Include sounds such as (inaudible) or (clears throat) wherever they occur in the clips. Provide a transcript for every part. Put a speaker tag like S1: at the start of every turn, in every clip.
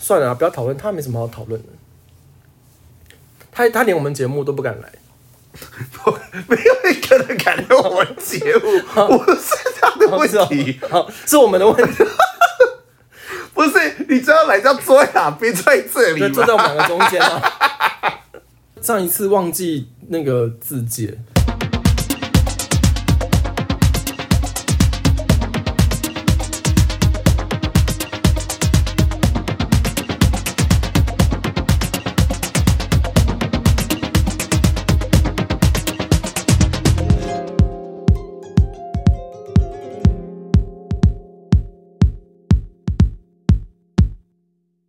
S1: 算了、啊，不要讨论，他没什么好讨论的。他他连我们节目都不敢来，
S2: (laughs) 没有一个人敢来我们节
S1: (laughs)
S2: 目，
S1: 哦
S2: 不是他的问题，
S1: 好，是我们的问题，
S2: 不是你知道来要坐在哪边，坐在这里
S1: 就
S2: 吗
S1: 坐？在我们两个中间啊。
S2: (laughs)
S1: 上一次忘记那个字界，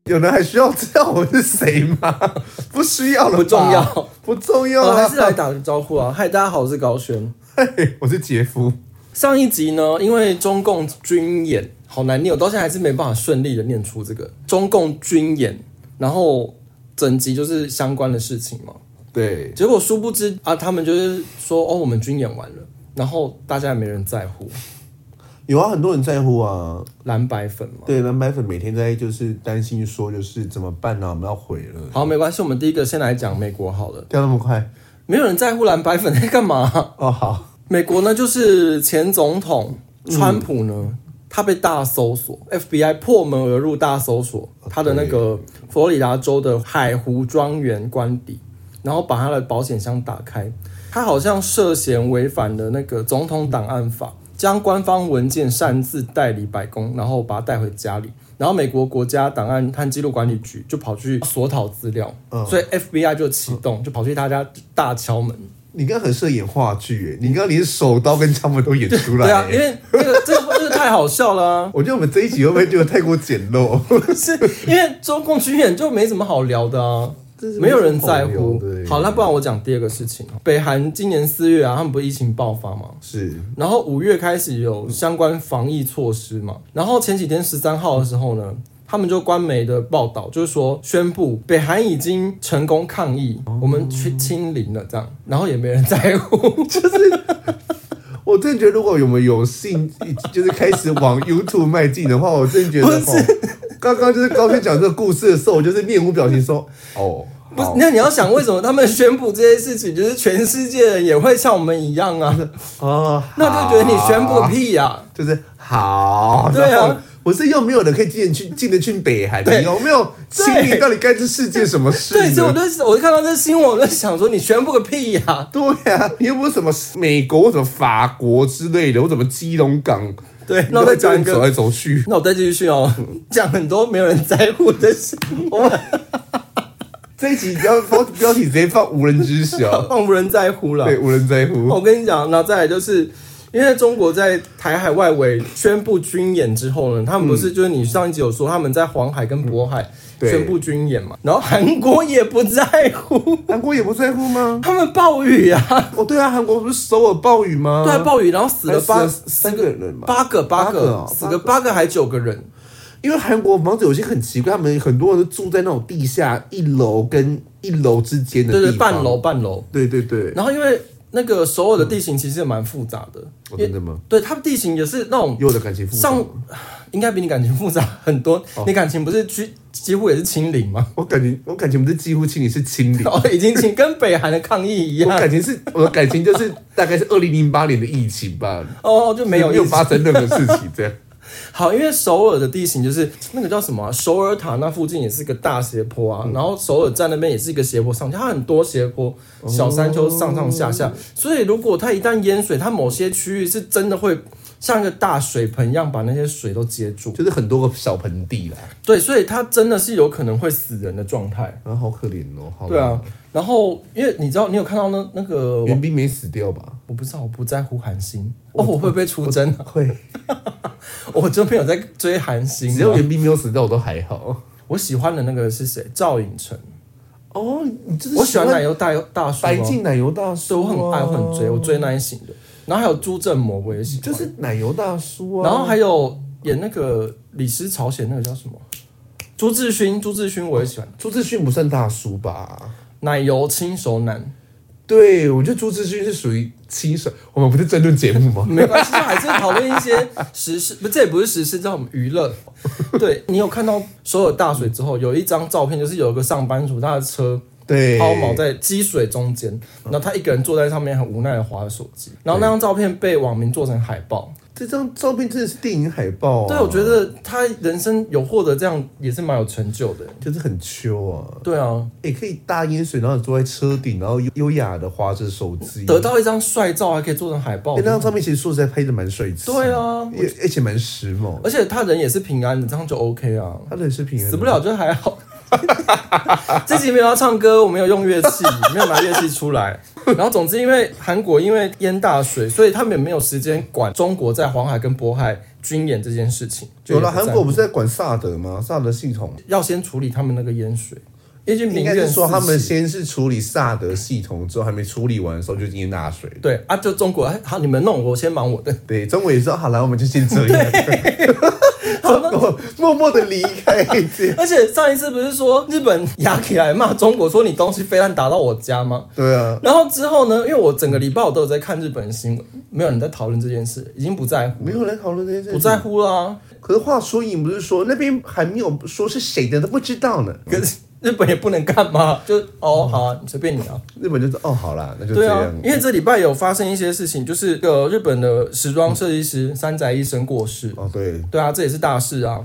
S2: 有人还需要知道我是谁吗？ (laughs) 不需要了吧，
S1: 不重要
S2: 不重要
S1: 我
S2: 啊！
S1: 哦还是来打个招呼啊！嗨，大家好，我是高轩。
S2: (laughs) 嘿我是杰夫，
S1: 上一集呢，因为中共军演好难念，我哦到现在还是没办法顺利的念出这个中共军演，然后整集就是相关的事情嘛。
S2: 对，
S1: 结果殊不知啊，他们就是说哦，我们军演完了，然后大家也没人在乎
S2: 有啊，很多人在乎啊。
S1: 蓝白粉嘛。
S2: 对，蓝白粉每天在就是担心说，就是怎么办啊呢、我们要毁了，
S1: 好，没关系，我们第一个先来讲美国好了，
S2: 掉那么快
S1: 没有人在乎蓝白粉在干嘛。
S2: 哦，好，
S1: 美国呢，就是前总统川普呢，他被大搜索，FBI 破门而入大搜索他的那个佛罗里达州的海湖庄园官邸，然后把他的保险箱打开，他好像涉嫌违反了那个总统档案法，将官方文件擅自带离白宫，然后把他带回家里。然后美国国家档案和记录管理局就跑去索讨资料，所以 FBI 就启动，就跑去他家大敲门。
S2: 你刚刚很适合演话剧耶，你刚刚连手刀跟枪们都演出来
S1: 对啊，
S2: 耶。，
S1: 因为那个这个这个太好笑了、啊
S2: (laughs) 我觉得我们这一集会不会就太过简陋？
S1: 是因为中共军演就没什么好聊的啊
S2: 这是，
S1: 没有人在乎
S2: 没什么好聊的耶。
S1: 好，那不然我讲第二个事情哦，北韩今年四月啊，他们不是疫情爆发吗？
S2: 是，
S1: 然后五月开始有相关防疫措施嘛，然后前几天十三号的时候呢，他们就官媒的报道就是说宣布北韩已经成功抗疫，我们去清零了这样，然后也没人 (laughs) 在乎，
S2: 我真的觉得如果我们有幸就是开始往 (laughs) YouTube 迈进的话，我真的觉得哦，刚刚就是高轩讲这个故事的时候，我就是面无表
S1: (laughs)
S2: 情说哦，
S1: 不是
S2: 好，
S1: 那你要想为什么他们宣布这些事情，就是全世界人也会像我们一样
S2: (laughs)
S1: 啊？
S2: 哦，
S1: 那就觉得你宣布
S2: 好
S1: 屁呀、啊！
S2: 就是好，
S1: 对啊
S2: 然后我是又没有人可以进得去进得去北海，
S1: 对
S2: 你有没有心里到底干这世界什么事
S1: 对，所以我
S2: 呢？
S1: 就我就看到这新闻，我就想说你宣布个屁呀、
S2: (laughs) 对啊，你又不是什么美国或什么法国之类的，或什么基隆港，
S1: 对
S2: 你
S1: 那
S2: 都
S1: 我
S2: 在
S1: 再
S2: 这
S1: 讲一
S2: 边走
S1: 个，
S2: 来走去，
S1: 那我再继续哦， (laughs) 讲很多没有人在乎的事， (laughs) 我们
S2: 这一集标标标题直接放无人
S1: (laughs)
S2: 知晓，
S1: 放无人在乎了。
S2: 对，无人在乎。
S1: 我跟你讲，那再来就是。因为中国在台海外围宣布军演之后呢，他们不是就是你上一集有说他们在黄海跟渤海
S2: 嗯对
S1: 宣布军演嘛，然后韩国也不在乎， (laughs)
S2: 韩国也不在乎吗？
S1: 他们暴雨啊，
S2: 哦，对啊，韩国不是首尔暴雨吗？
S1: 对，啊暴雨，然后死了八
S2: 还啊哎死了三个人吧
S1: 八个八
S2: 八个
S1: 个
S2: 哦，
S1: 死了八个还九个人，
S2: 因为韩国房子有些很奇怪，他们很多人都住在那种地下一楼跟一楼之间的
S1: 对
S2: 地
S1: 对，
S2: 方，
S1: 半楼，半楼。
S2: 对对对，
S1: 然后因为那个首尔的地形其实也蛮复杂的，
S2: 哦真的吗？
S1: 对，它地形也是那种
S2: 有的感情复杂吗哦
S1: 上，应该比你感情复杂很多。你感情不是去几乎也是清零吗？ (laughs)
S2: 我感情，我感情不是几乎清理，是清理。
S1: 哦，已经清，跟北韩的抗议一
S2: 我
S1: 样。
S2: 感情是，我的感情就是大概是二零零八年的疫情吧，
S1: 哦，就没有
S2: 没
S1: 意
S2: 有
S1: 思
S2: 发生任何事情这样。 (laughs)
S1: 好，因为首尔的地形就是那个叫什么啊、首尔塔那附近也是个大斜坡
S2: 嗯
S1: 啊，然后首尔站那边也是一个斜坡上去，它很多斜坡，
S2: 哦
S1: 小山丘上上下下，所以如果它一旦淹水，它某些区域是真的会像一个大水盆一样把那些水都接住，
S2: 就是很多个小盆地啦，
S1: 对，所以它真的是有可能会死人的状态，
S2: 然后好可怜哦，好吧
S1: 对啊，，然后因为你知道你有看到那那个我
S2: 袁冰没死掉吧？
S1: 我不知道我不在乎韩星哦，我会不会出
S2: (laughs)
S1: 征啊？
S2: 会，
S1: 我真没有在追韩星啊，
S2: 只要袁冰没有死掉，我都还好。
S1: 我喜欢的那个是谁？赵寅成。
S2: 哦，你真的
S1: 我喜欢奶油大大叔、啊，
S2: 白净奶油大叔、
S1: 对
S2: 啊，
S1: 我很爱，我很追，我追那一型的。然后还有朱振模，我也喜欢。
S2: 就是奶油大叔啊。
S1: 然后还有演那个李斯朝鲜那个叫什么？朱志勋，朱志勋我也喜欢。
S2: 朱志勋不算大叔吧？
S1: 奶油轻熟男，
S2: 对，我觉得朱志勋是属于清爽。我们不是争论节目吗？
S1: 没关系，就还是讨论一些时事， (laughs) 不，这也不是时事，这叫我们娱乐。对你有看到首尔大水之后，有一张照片，就是有一个上班族，他的车
S2: 对，
S1: 抛锚在积水中间，然后他一个人坐在上面，很无奈的划着手机。然后那张照片被网民做成海报，
S2: 这张照片真的是电影海报啊！
S1: 对我觉得他人生有获得这样，也是蛮有成就的。
S2: 就是很秋啊。
S1: 对啊，
S2: 也可以大烟水，然后坐在车顶，然后优优雅的划着手机。
S1: 得到一张帅照，还可以做成海报
S2: 哎诶。那张照片其实说实在拍的蛮帅气，
S1: 哦对啊，
S2: 也而且蛮时髦。
S1: 而且他人也是平安的，这样就 OK 啊。
S2: 他的视频
S1: 死不了就还好。 (laughs) 这集没有要唱歌，我没有用乐器， (laughs) 没有拿乐器出来。然后总之，因为韩国因为淹大水，所以他们也没有时间管中国在黄海跟渤海军演这件事情。
S2: 有了，韩国不
S1: 就是
S2: 在管萨德吗？萨德系统
S1: 要先处理他们那个淹水，因为
S2: 应
S1: 民
S2: 该
S1: 怨
S2: 是说他们
S1: 四起
S2: 先是处理萨德系统，之后还没处理完的时候就已经纳水了。
S1: 对啊，就中国哎好，你们弄我先忙我的。
S2: 对，中国也知道，好来，我们就先这样， (laughs)
S1: 好
S2: 中国默默的离开这 (laughs) 样。
S1: (laughs) 而且上一次不是说日本牙起来骂中国说你东西飞弹打到我家吗？
S2: 对啊，
S1: 然后之后呢，因为我整个礼拜我都有在看日本新闻，没有人在讨论这件事，已经不在乎。
S2: 没有人讨论这件事。
S1: 不在。乎啦、
S2: 可是话说，你不是说那边还没有说是谁的，都不知道呢。
S1: 可是日本也不能干嘛，就哦好啊，随便你啊。
S2: 日本就是哦，好啦，嗯那就这
S1: 对啊
S2: 样，。
S1: 因为这礼拜有发生一些事情，就是个日本的时装设计师山宅一生过世。
S2: 哦，对，
S1: 对啊，这也是大事啊。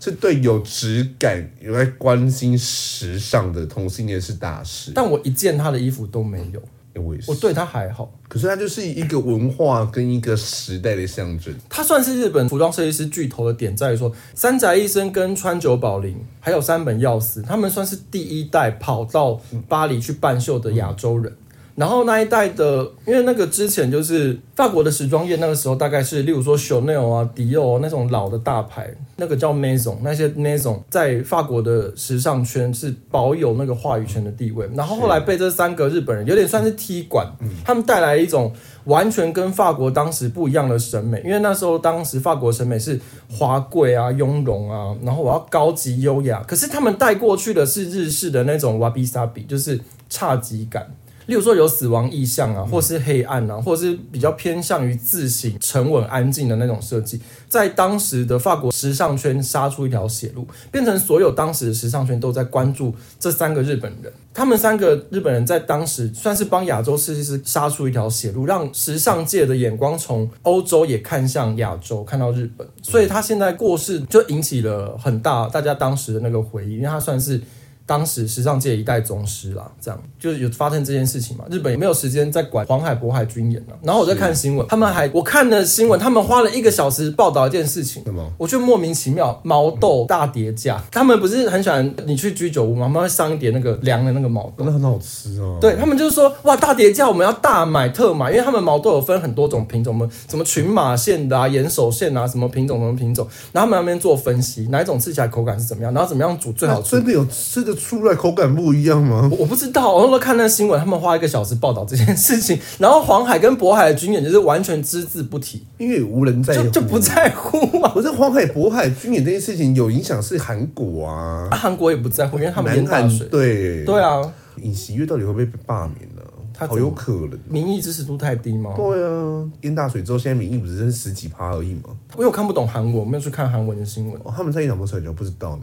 S2: 是对有质感、有在关心时尚的同性恋是大事。
S1: 但我一件他的衣服都没有，
S2: 诶我也是
S1: 我，对他还好。
S2: 可是它就是一个文化跟一个时代的象征。
S1: 他算是日本服装设计师巨头的点在于说，山宅一生跟川久保玲还有山本耀司，他们算是第一代跑到巴黎去办秀的亚洲人。然后那一代的，因为那个之前就是法国的时装业，那个时候大概是，例如说 Chanel 啊、迪奥、啊、那种老的大牌，那个叫 Maison，那些 Maison 在法国的时尚圈是保有那个话语权的地位。然后后来被这三个日本人有点算是踢馆，他们带来一种完全跟法国当时不一样的审美，因为那时候当时法国审美是华贵啊、雍容啊，然后我要高级优雅，可是他们带过去的是日式的那种 wabi sabi，就是侘寂感。例如说有死亡意象啊，或是黑暗啊，或是比较偏向于自省、沉稳、安静的那种设计，在当时的法国时尚圈杀出一条血路，变成所有当时的时尚圈都在关注这三个日本人。他们三个日本人在当时算是帮亚洲设计师杀出一条血路，让时尚界的眼光从欧洲也看向亚洲，看到日本。所以他现在过世就引起了很大大家当时的那个回忆，因为他算是当时时尚界一代宗师啦，这样就是有发生这件事情嘛。日本也没有时间在管黄海、渤海军演了、然后我在看新闻，他们还我看了新闻，他们花了一个小时报道一件事情，
S2: 什么？
S1: 我觉得莫名其妙，毛豆大叠加，他们不是很喜欢你去居酒屋吗？他们会上一碟那个凉的那个毛豆。
S2: 那很好吃哦、
S1: 对他们就是说，哇，大叠加我们要大买特买，因为他们毛豆有分很多种品种，我们什么群马县的啊、岩手县啊，什么品种什么品种，然后他们那边做分析，哪一种吃起来口感是怎么样，然后怎么样煮
S2: (laughs)
S1: 最好
S2: 那
S1: 吃。
S2: 哦真的有吃的出来口感不一样吗？
S1: 我我不知道，我都看那个新闻，他们花一个小时报道这件事情，然后黄海跟渤海的军演就是完全只字不提，
S2: 因为无人在乎
S1: 就就不。在乎啊。
S2: 可是黄海、渤海军演这件事情有影响是韩国啊，
S1: 啊韩国也不在乎，因为他们
S2: 南
S1: 淹大
S2: 韩
S1: 水。
S2: 对
S1: 对啊，
S2: 尹锡悦到底会不会被罢免呢、
S1: 他
S2: 好有可能。
S1: 民意支持度太低吗？
S2: 对啊，淹大水之后，现在民意不是剩十几趴而已吗？
S1: 因为我看不懂韩文，我没有去看韩文的新闻，
S2: 哦，他们在演场不出来叫，不知道呢，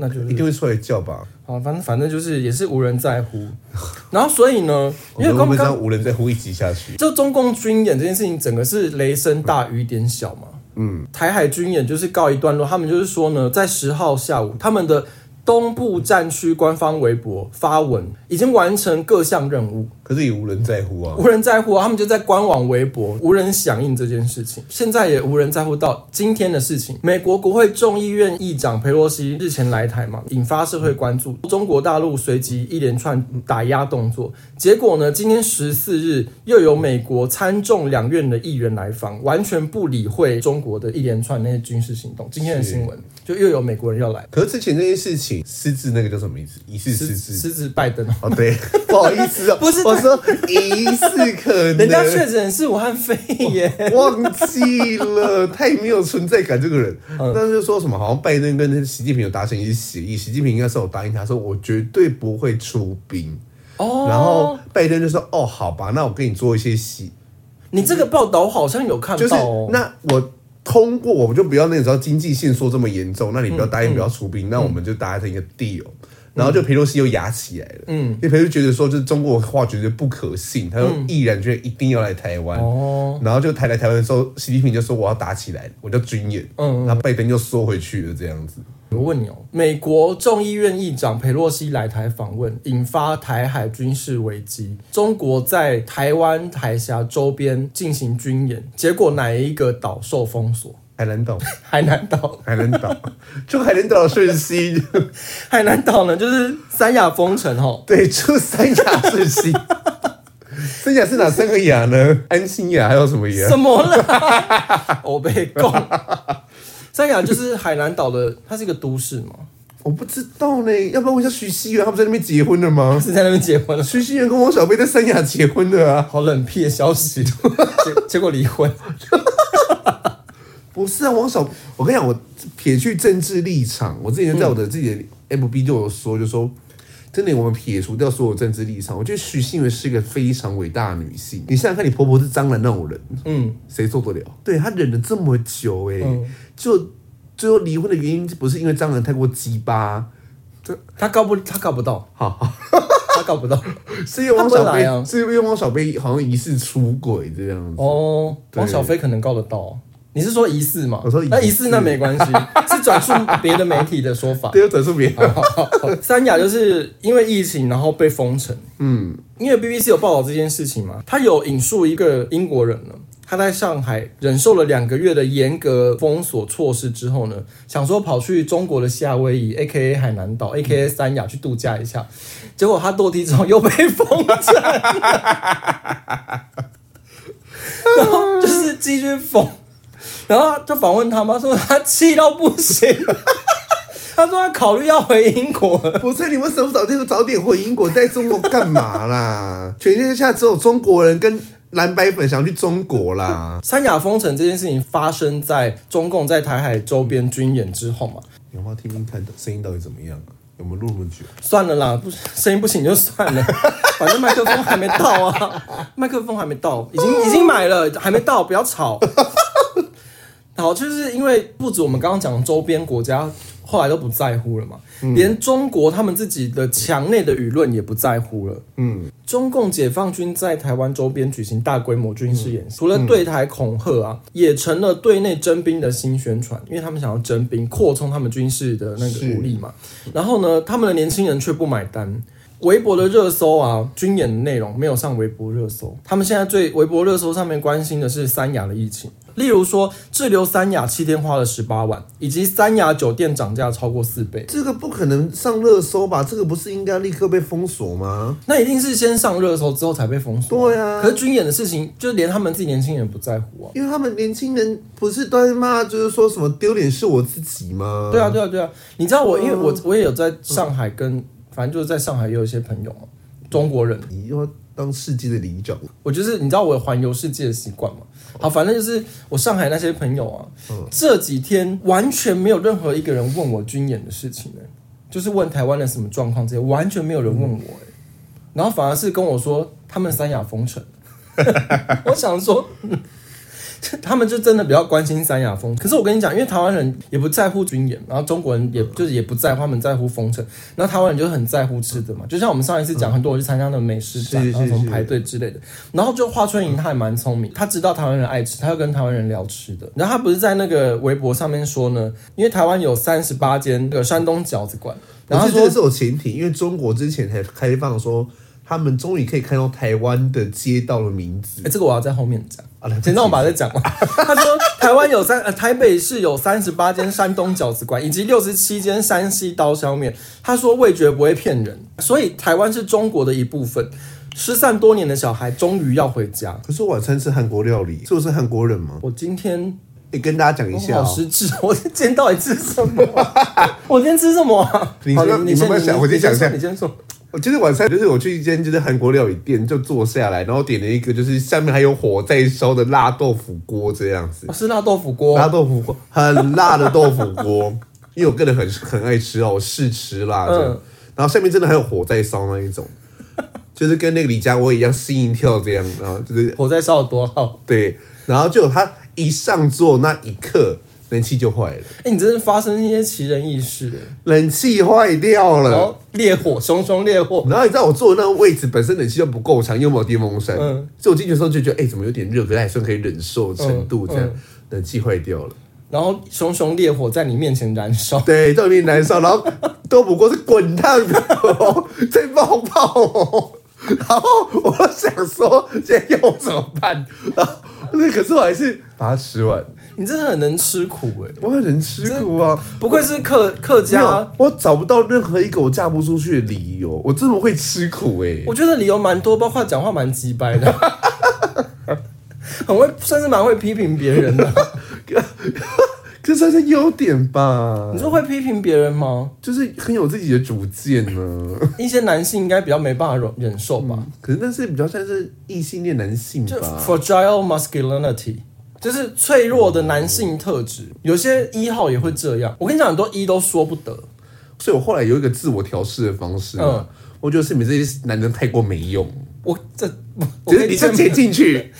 S1: 那就
S2: 一
S1: 是
S2: 定会出来叫吧？
S1: 好，反正反正就是也是无人在乎。然后所以呢，因为
S2: 我
S1: 刚
S2: 们这
S1: 刚
S2: 样无人再呼一集下去。
S1: 就中共军演这件事情，整个是雷声大雨点小嘛。嗯，台海军演就是告一段落，他们就是说呢，在十号下午，他们的东部战区官方微博发文，已经完成各项任务。
S2: 可是也无人在乎啊。
S1: 无人在乎啊，他们就在官网、微博无人响应这件事情，现在也无人在乎到今天的事情。美国国会众议院议长佩洛西日前来台嘛，引发社会关注，中国大陆随即一连串打压动作，结果呢，今天十四日又有美国参众两院的议员来访，完全不理会中国的一连串那些军事行动。今天的新闻就又有美国人要来，
S2: 可是之前那些事情，失智那个叫什么名字？疑似失智。
S1: 狮子
S2: (laughs)
S1: 拜登哦。
S2: 哦，对，不好意思哦，
S1: 不是
S2: 我说疑似可
S1: 人家确
S2: 能
S1: 诊是武汉肺炎，
S2: (laughs) 忘记了，太没有存在感这个人。那就说什么，好像拜登跟习近平有达成一些协议，习近平应该是有答应他说，我绝对不会出兵。
S1: 哦
S2: 然后拜登就说：“哦，好吧，那我给你做一些洗，
S1: 你这个报道我好像有看
S2: 就是
S1: 到哦，
S2: 那我通过，我们就不要那时候经济限缩这么严重，那你不要答应不要出
S1: 嗯
S2: 兵，那我们就达成一个 deal。然后就佩洛西又压起来了，嗯，因为佩洛西觉得说，就是中国话绝对不可信，他就毅然觉得一定要来台湾，
S1: 嗯哦，
S2: 然后就台来台湾的时候，习近平就说我要打起来，我叫军演，
S1: 嗯嗯
S2: 然后拜登又缩回去了，这样子，
S1: 我问你哦，美国众议院议长佩洛西来台访问，引发台海军事危机。中国在台湾海峡周边进行军演，结果哪一个岛受封锁？ (laughs)
S2: 海南岛，
S1: 海南岛，
S2: 海南岛， (laughs) 就海南岛的瞬息，
S1: 海南岛呢，就是三亚封城哦。
S2: (laughs) 对，就三亚瞬息， (laughs) 三亚是哪三个亚呢？安心亚还有什么亚
S1: 什？么啦？ (laughs) 我被供。三亚就是海南岛的，它是一个都市嘛，
S2: 我不知道呢，要不要问一下徐熙媛，他们在那边结婚了吗？
S1: 是在那边结婚了，
S2: 徐熙媛跟汪小菲在三亚结婚的啊？
S1: 好冷僻的消息，结结果离婚。
S2: 不是啊，汪小，我跟你讲，我撇去政治立场，我之前在我的自己的 FB 就有说，就说真的，我们撇除掉所有政治立场，我觉得徐熙媛是一个非常伟大的女性。你想想看，你婆婆是张兰那种人，
S1: 嗯，
S2: 谁受得了？对她忍了这么久、欸，哎、就最后离婚的原因不是因为张兰太过鸡巴，
S1: 他告不，他告不到，
S2: 好好。
S1: 他告不到。
S2: 是因为汪小
S1: 他不会
S2: 菲，
S1: 来啊
S2: 是因为汪小菲好像疑似出轨这样子。
S1: 哦，
S2: 对
S1: 汪小菲可能告得到。你是说疑似吗？
S2: 我说疑似
S1: 那疑似那没
S2: (laughs)
S1: 关系，是转述别的媒体的说法。
S2: 对，转述别人，
S1: 哦三亚就是因为疫情，然后被封城。嗯，因为 BBC 有报道这件事情嘛，他有引述一个英国人呢，他在上海忍受了两个月的严格封锁措施之后呢，想说跑去中国的夏威夷 （A.K.A. 海南岛 ）（A.K.A. 三亚）去度假一下，结果他落地之后又被封城了，然后就是继续封，然后就访问他妈说他气到不行。他说他考虑要回英国了，
S2: (laughs) 不是你们什么早就早点回英国，在中国干嘛啦？ (laughs) 全天下只有中国人跟蓝白粉想去中国啦。
S1: 三亚封城这件事情发生在中共在台海周边军演之后嘛？
S2: 你要不要听听看声音到底怎么样啊？有没有录那么久？
S1: 算了啦，不声音不行就算了， (laughs) 反正麦克风还没到啊，麦克风还没到，已经已经买了，还没到，不要吵。 (laughs) 好，就是因为不止我们刚刚讲的周边国家后来都不在乎了嘛，连中国他们自己的墙内的舆论也不在乎了。
S2: 嗯，
S1: 中共解放军在台湾周边举行大规模军事演习，除了对台恐吓啊，也成了对内征兵的新宣传，因为他们想要征兵，扩充他们军事的那
S2: 是
S1: 个武力嘛。然后呢，他们的年轻人却不买单。微博的热搜啊，军演的内容没有上微博热搜。他们现在最微博热搜上面关心的是三亚的疫情，例如说滞留三亚七天花了十八万，以及三亚酒店涨价超过四倍。
S2: 这个不可能上热搜吧？这个不是应该立刻被封锁吗？
S1: 那一定是先上热搜之后才被封锁。
S2: 对啊
S1: 可是军演的事情，就是连他们自己年轻人也不在乎啊。
S2: 因为他们年轻人不是都在骂，就是说什么丢脸是我自己吗？
S1: 对啊，对啊，对啊。你知道我，因为
S2: 嗯
S1: 我我也有在上海跟，反正就是在上海也有一些朋友嘛，中国人。
S2: 你又要当世界的里长，
S1: 我就是你知道我有环游世界的习惯嘛。
S2: 哦
S1: 好，反正就是我上海那些朋友啊，
S2: 嗯
S1: 这几天完全没有任何一个人问我军演的事情呢、就是问台湾的什么状况这些，完全没有人问我哎、
S2: 嗯
S1: 然后反而是跟我说他们三亚封
S2: (laughs)
S1: 城，我想说。嗯他们就真的比较关心三亚封，可是我跟你讲，因为台湾人也不在乎军演，然后中国人也
S2: 嗯
S1: 就是也不在乎，他们在乎封城，然后台湾人就很在乎吃的嘛，就像我们上一次讲，很多人去参加那种美食展，
S2: 嗯是
S1: 然后
S2: 是
S1: 什
S2: 是
S1: 么排队之类的，然后就华春莹，她还蛮聪明，她知道台湾人爱吃，她要跟台湾人聊吃的。然后她不是在那个微博上面说呢，因为台湾有三十八间那个山东饺子馆，然后
S2: 可
S1: 她
S2: 是这
S1: 说
S2: 个是有前提，因为中国之前才开放说，他们终于可以看到台湾的街道的名字
S1: 哎、这个我要在后面讲
S2: 啊来不及
S1: 先让我把这讲完。 (laughs) 他说，台湾有三，呃，台北市有三十八间山东饺子馆，以及六十七间山西刀削面。他说，味觉不会骗人，所以台湾是中国的一部分。失散多年的小孩终于要回家。
S2: 可是晚餐吃韩国料理，这我是韩国人吗？
S1: 我今天
S2: 你、跟大家讲一
S1: 我
S2: 下、
S1: 好
S2: 哦。
S1: 失智， (laughs) 我今天到底吃什
S2: (laughs)
S1: 么啊、我今天吃什么啊、
S2: 你
S1: 好
S2: 你慢慢想我先
S1: 你
S2: 想一
S1: 说
S2: 下
S1: 你先说。
S2: 我今天晚餐就是我去一间就是韩国料理店，就坐下来，然后点了一个就是下面还有火在烧的辣豆腐锅这样子
S1: 我，哦是辣豆腐锅
S2: 辣，豆腐锅很辣的豆腐
S1: (laughs)
S2: 锅，因为我个人很很爱吃哦，我试吃辣这样
S1: 嗯
S2: 然后下面真的还有火在烧那一种，就是跟那个李佳薇一样心一跳这样，然后就是
S1: 火在烧有多好？
S2: 对，然后就他一上座那一刻，冷气就坏了，
S1: 哎、你真是发生一些奇人异事，哎
S2: 冷气坏掉
S1: 然
S2: 了。
S1: 后烈火，熊熊烈火，
S2: 然后你知道我坐的那个位置本身冷气就不够强，又没有电风扇，
S1: 嗯
S2: 所以我进去的时候就觉得，哎、怎么有点热，可是还算可以忍受程度这样，
S1: 嗯
S2: 冷气坏掉了。
S1: 然后熊熊烈火在你面前燃烧，
S2: 对，在我面前燃烧，然后都不过是滚烫的、哦，在冒泡哦。然后我就想说，现在要我怎么办？然后那可是我还是把它吃完，
S1: 你真的很能吃苦哎、
S2: 我很能吃苦啊。
S1: 不愧是啊客客
S2: 没有
S1: 家，，
S2: 我找不到任何一个我嫁不出去的理由，我这么会吃苦哎、
S1: 我觉得理由蛮多，包括讲话蛮鸡掰的， (laughs) 很会，甚至蛮会批评别人的。
S2: 这算是优点吧
S1: 你？说会批评别人吗？
S2: 就是很有自己的主见呢、 (laughs)
S1: 一些男性应该比较没办法忍忍受吧，
S2: 可是那是比较像是异性恋男性
S1: 就
S2: 吧？
S1: fragile masculinity，就是脆弱的男性特质。有些一号也会这样，我跟你讲，很多一都说不得。
S2: 所以我后来有一个自我调试的方式、啊，
S1: 嗯
S2: 我觉得是你们这些男人太过没用。
S1: 我这，我
S2: 只
S1: 跟
S2: 是
S1: 你
S2: 你
S1: 讲
S2: (laughs) 就接
S1: (laughs)
S2: 进去，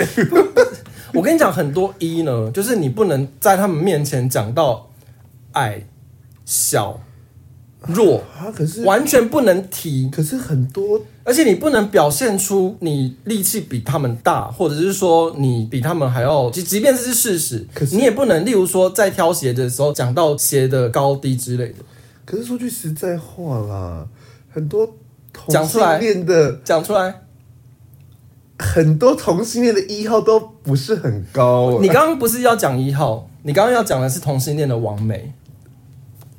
S1: 我跟你讲，很多一呢，就是你不能在他们面前讲到矮、小、弱，
S2: 啊！可是
S1: 完全不能提，
S2: 可是很多
S1: 而且你不能表现出你力气比他们大，或者是说你比他们还要，即即便这是事实
S2: 可，是
S1: 你也不能，例如说在挑鞋的时候讲到鞋的高低之类的，
S2: 可是说句实在话啦，很多同
S1: 讲出来
S2: 性恋的
S1: 讲出来。
S2: 很多同性恋的一号都不是很高，啊
S1: 你刚刚不是要讲一号，你刚刚要讲的是同性恋的王梅，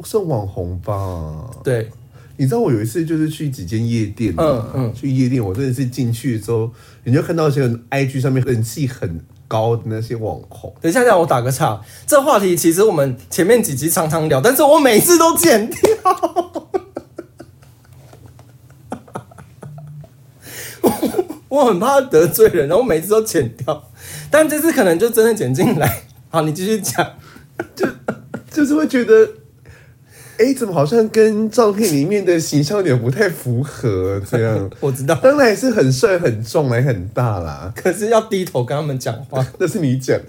S2: 算网红吧？
S1: 对，
S2: 你知道我有一次就是去几间夜店、啊，
S1: 嗯嗯
S2: 去夜店，我真的是进去之后，你就看到一些 IG 上面人气很高的那些网红，
S1: 等一下，让我打个岔。这话题其实我们前面几集常常聊，但是我每次都剪掉。 (laughs) 我很怕得罪人，然后每次都剪掉，但这次可能就真的剪进来。好，你继续讲。。
S2: 就是会觉得，哎、怎么好像跟照片里面的形象有点不太符合这样 (laughs)
S1: 我知道，
S2: 当然也是很帅、很壮、还很大啦，
S1: 可是要低头跟他们讲话。
S2: 那是你讲。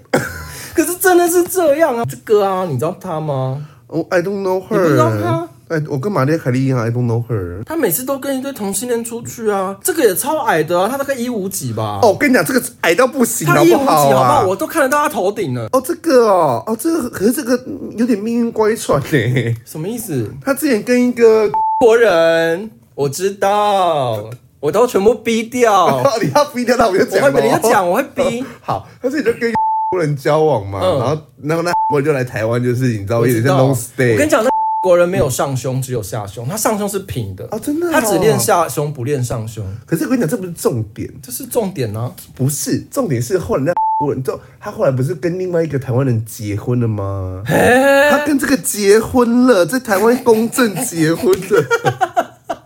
S1: 可是真的是这样啊，这个啊，你知道他吗？
S2: 哦、i don't know
S1: 你不知道他
S2: her。哎，我跟玛丽凯莉一样，I don't know her。
S1: 他每次都跟一堆同性恋出去啊，这个也超矮的啊，他大概一五几吧。
S2: 哦，我跟你讲，这个矮到不行，
S1: 他
S2: 好
S1: 一五
S2: 不
S1: 几好不
S2: 啊？
S1: 好？我都看得到他头顶了，
S2: 哦，这个哦，哦，这个可是这个嗯有点命运乖舛呢。
S1: 什么意思？
S2: 他之前跟一个，
S1: 国人，我知道，我都全部逼掉。我
S2: 你要逼掉他，我
S1: 会
S2: 就 (laughs) 讲了。
S1: 等一下讲，我会
S2: (laughs)
S1: 逼。
S2: 好，他之前就跟一个人交往嘛，
S1: 嗯
S2: 然后然后那我就来台湾，就是你知道，有点
S1: 知
S2: 像
S1: 道
S2: long
S1: 我跟你
S2: stay。
S1: 讲，那国人没有上胸，只有下胸，他上胸是平的
S2: 哦真的哦
S1: 他只练下胸，不练上胸，
S2: 可是我跟你讲，这不是重点，
S1: 这是重点啊。
S2: 不是重点是后来那人就他后来不是跟另外一个台湾人结婚了吗？他跟这个结婚了，在台湾公证结婚了。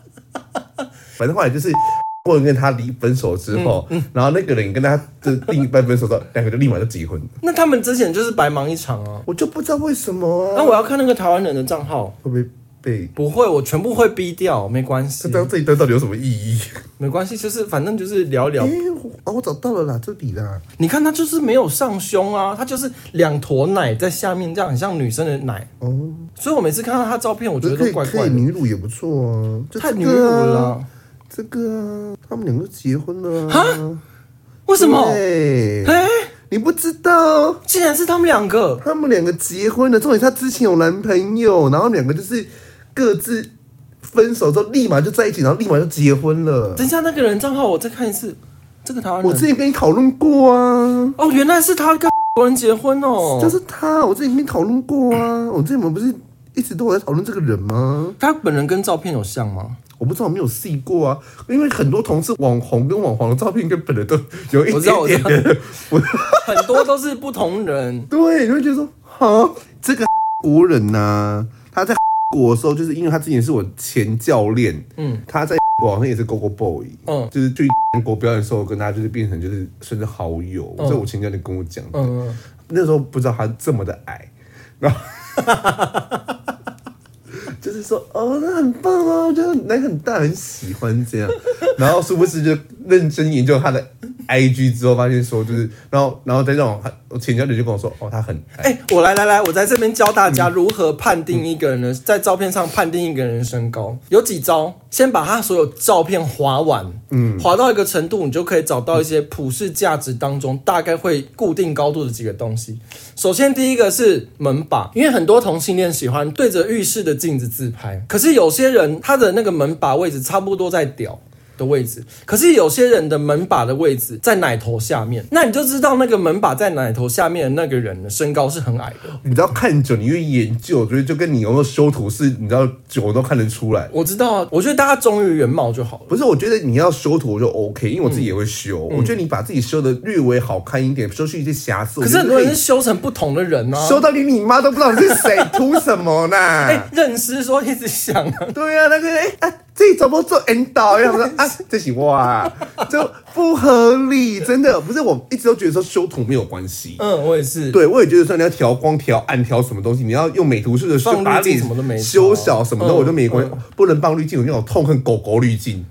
S2: 反正后来就是过人跟他离分手之后，然后那个人跟他的另一半分手之后，两个就立马就结婚了。
S1: 那他们之前就是白忙一场啊。
S2: 我就不知道为什么
S1: 那
S2: 啊，
S1: 我要看那个台湾人的账号，
S2: 会不会被
S1: 不会，我全部会逼掉，没关
S2: 这
S1: 系，
S2: 张这一段到底有什么意义？
S1: 没关系，就是反正就是聊聊
S2: 哎、。我啊，我找到了啦，这里啦。
S1: 你看他就是没有上胸啊，他就是两坨奶在下面，这样很像女生的奶。
S2: 哦，
S1: 所以我每次看到他照片，我觉得
S2: 可
S1: 都
S2: 以
S1: 怪
S2: 可
S1: 怪
S2: 以，
S1: 的，
S2: 女乳也不错啊，就
S1: 太
S2: 这
S1: 女
S2: 个
S1: 乳
S2: 啊
S1: 了啊。
S2: 这个啊，他们两个结婚了
S1: 哈
S2: 啊？
S1: 为什么？
S2: 对
S1: 哎、
S2: 你不知道，
S1: 竟然是他们两个，
S2: 他们两个结婚了，重点是她之前有男朋友，然后两个就是各自分手之后立马就在一起，然后立马就结婚了。
S1: 等一下那个人账号我再看一次，这个台湾
S2: 我之
S1: 人
S2: 前跟你讨论过啊，
S1: 哦，原来是他跟 (laughs) 国人结婚哦，
S2: 就是他，我之前跟你讨论过
S1: (clears throat)
S2: 啊，我之前我们不是一直都有在讨论这个人吗？
S1: 他本人跟照片有像吗？
S2: 我不知道，我没有细过啊，因为很多同事网红跟网红的照片跟本人都有一
S1: 我知道
S2: 点
S1: 我知
S2: 点
S1: 道
S2: 的，我，
S1: 很多都是不同人
S2: (laughs) 对，你会觉得说，哈，这个国人呐、他在 (laughs) 国的时候，就是因为他之前是我前教练，
S1: 嗯
S2: 嗯，他在 (laughs) 国好像也是 GoGo Boy，
S1: 嗯
S2: 就是去 (laughs) 国表演的时候，跟他就是变成就是甚至好友，这、我前教练跟我讲的，
S1: 嗯，嗯
S2: 那时候不知道他这么的矮，然后。就是说哦，那很棒哦，就是奶很大，很喜欢这样。 (laughs) 然后殊不知就认真研究他的 IG 之后，发现说就是，然后然后再让我我前小姐就跟我说，哦，他很爱，
S1: 哎、我来来来，我在这边教大家如何判定一个人的，在照片上判定一个人的身高，有几招。先把他所有照片划完，嗯，划到一个程度，你就可以找到一些普世价值当中大概会固定高度的几个东西。首先，第一个是门把，因为很多同性恋喜欢对着浴室的镜子自拍，可是有些人他的那个门把位置差不多在屌。的位置，可是有些人的门把的位置在奶头下面，那你就知道那个门把在奶头下面的那个人的身高是很矮的。
S2: 你知道看久，你越研究，就是就跟你有没有修图是，你知道久都看得出来。
S1: 我知道啊，我觉得大家忠于原貌就好了。
S2: 不是，我觉得你要修图我就 OK，因为我自己也会修。
S1: 嗯
S2: 我觉得你把自己修的略微好看一点，修去一些瑕疵，
S1: 可
S2: 我
S1: 是
S2: 觉
S1: 很
S2: 得
S1: 多
S2: 可
S1: 人是
S2: 以。
S1: 修成不同的人啊。
S2: 修到连你妈都不知道你是
S1: (laughs)
S2: 谁，图什么呢？
S1: 哎、认识说一直想
S2: (laughs)
S1: 啊，
S2: 对啊，那个哎、啊，这怎么做引导？然后我说啊，这是我啊，就不合理，真的不是。我一直都觉得说修图没有关系，
S1: 嗯，我也是。
S2: 对我也觉得说你要调光、调暗、调什么东西，你要用美图秀秀
S1: 放滤
S2: 修把
S1: 镜
S2: 脸
S1: 什么都没
S2: 修
S1: 调
S2: 小什么的，
S1: 嗯
S2: 我就没关系。不能放滤镜，我那种痛恨狗狗滤镜。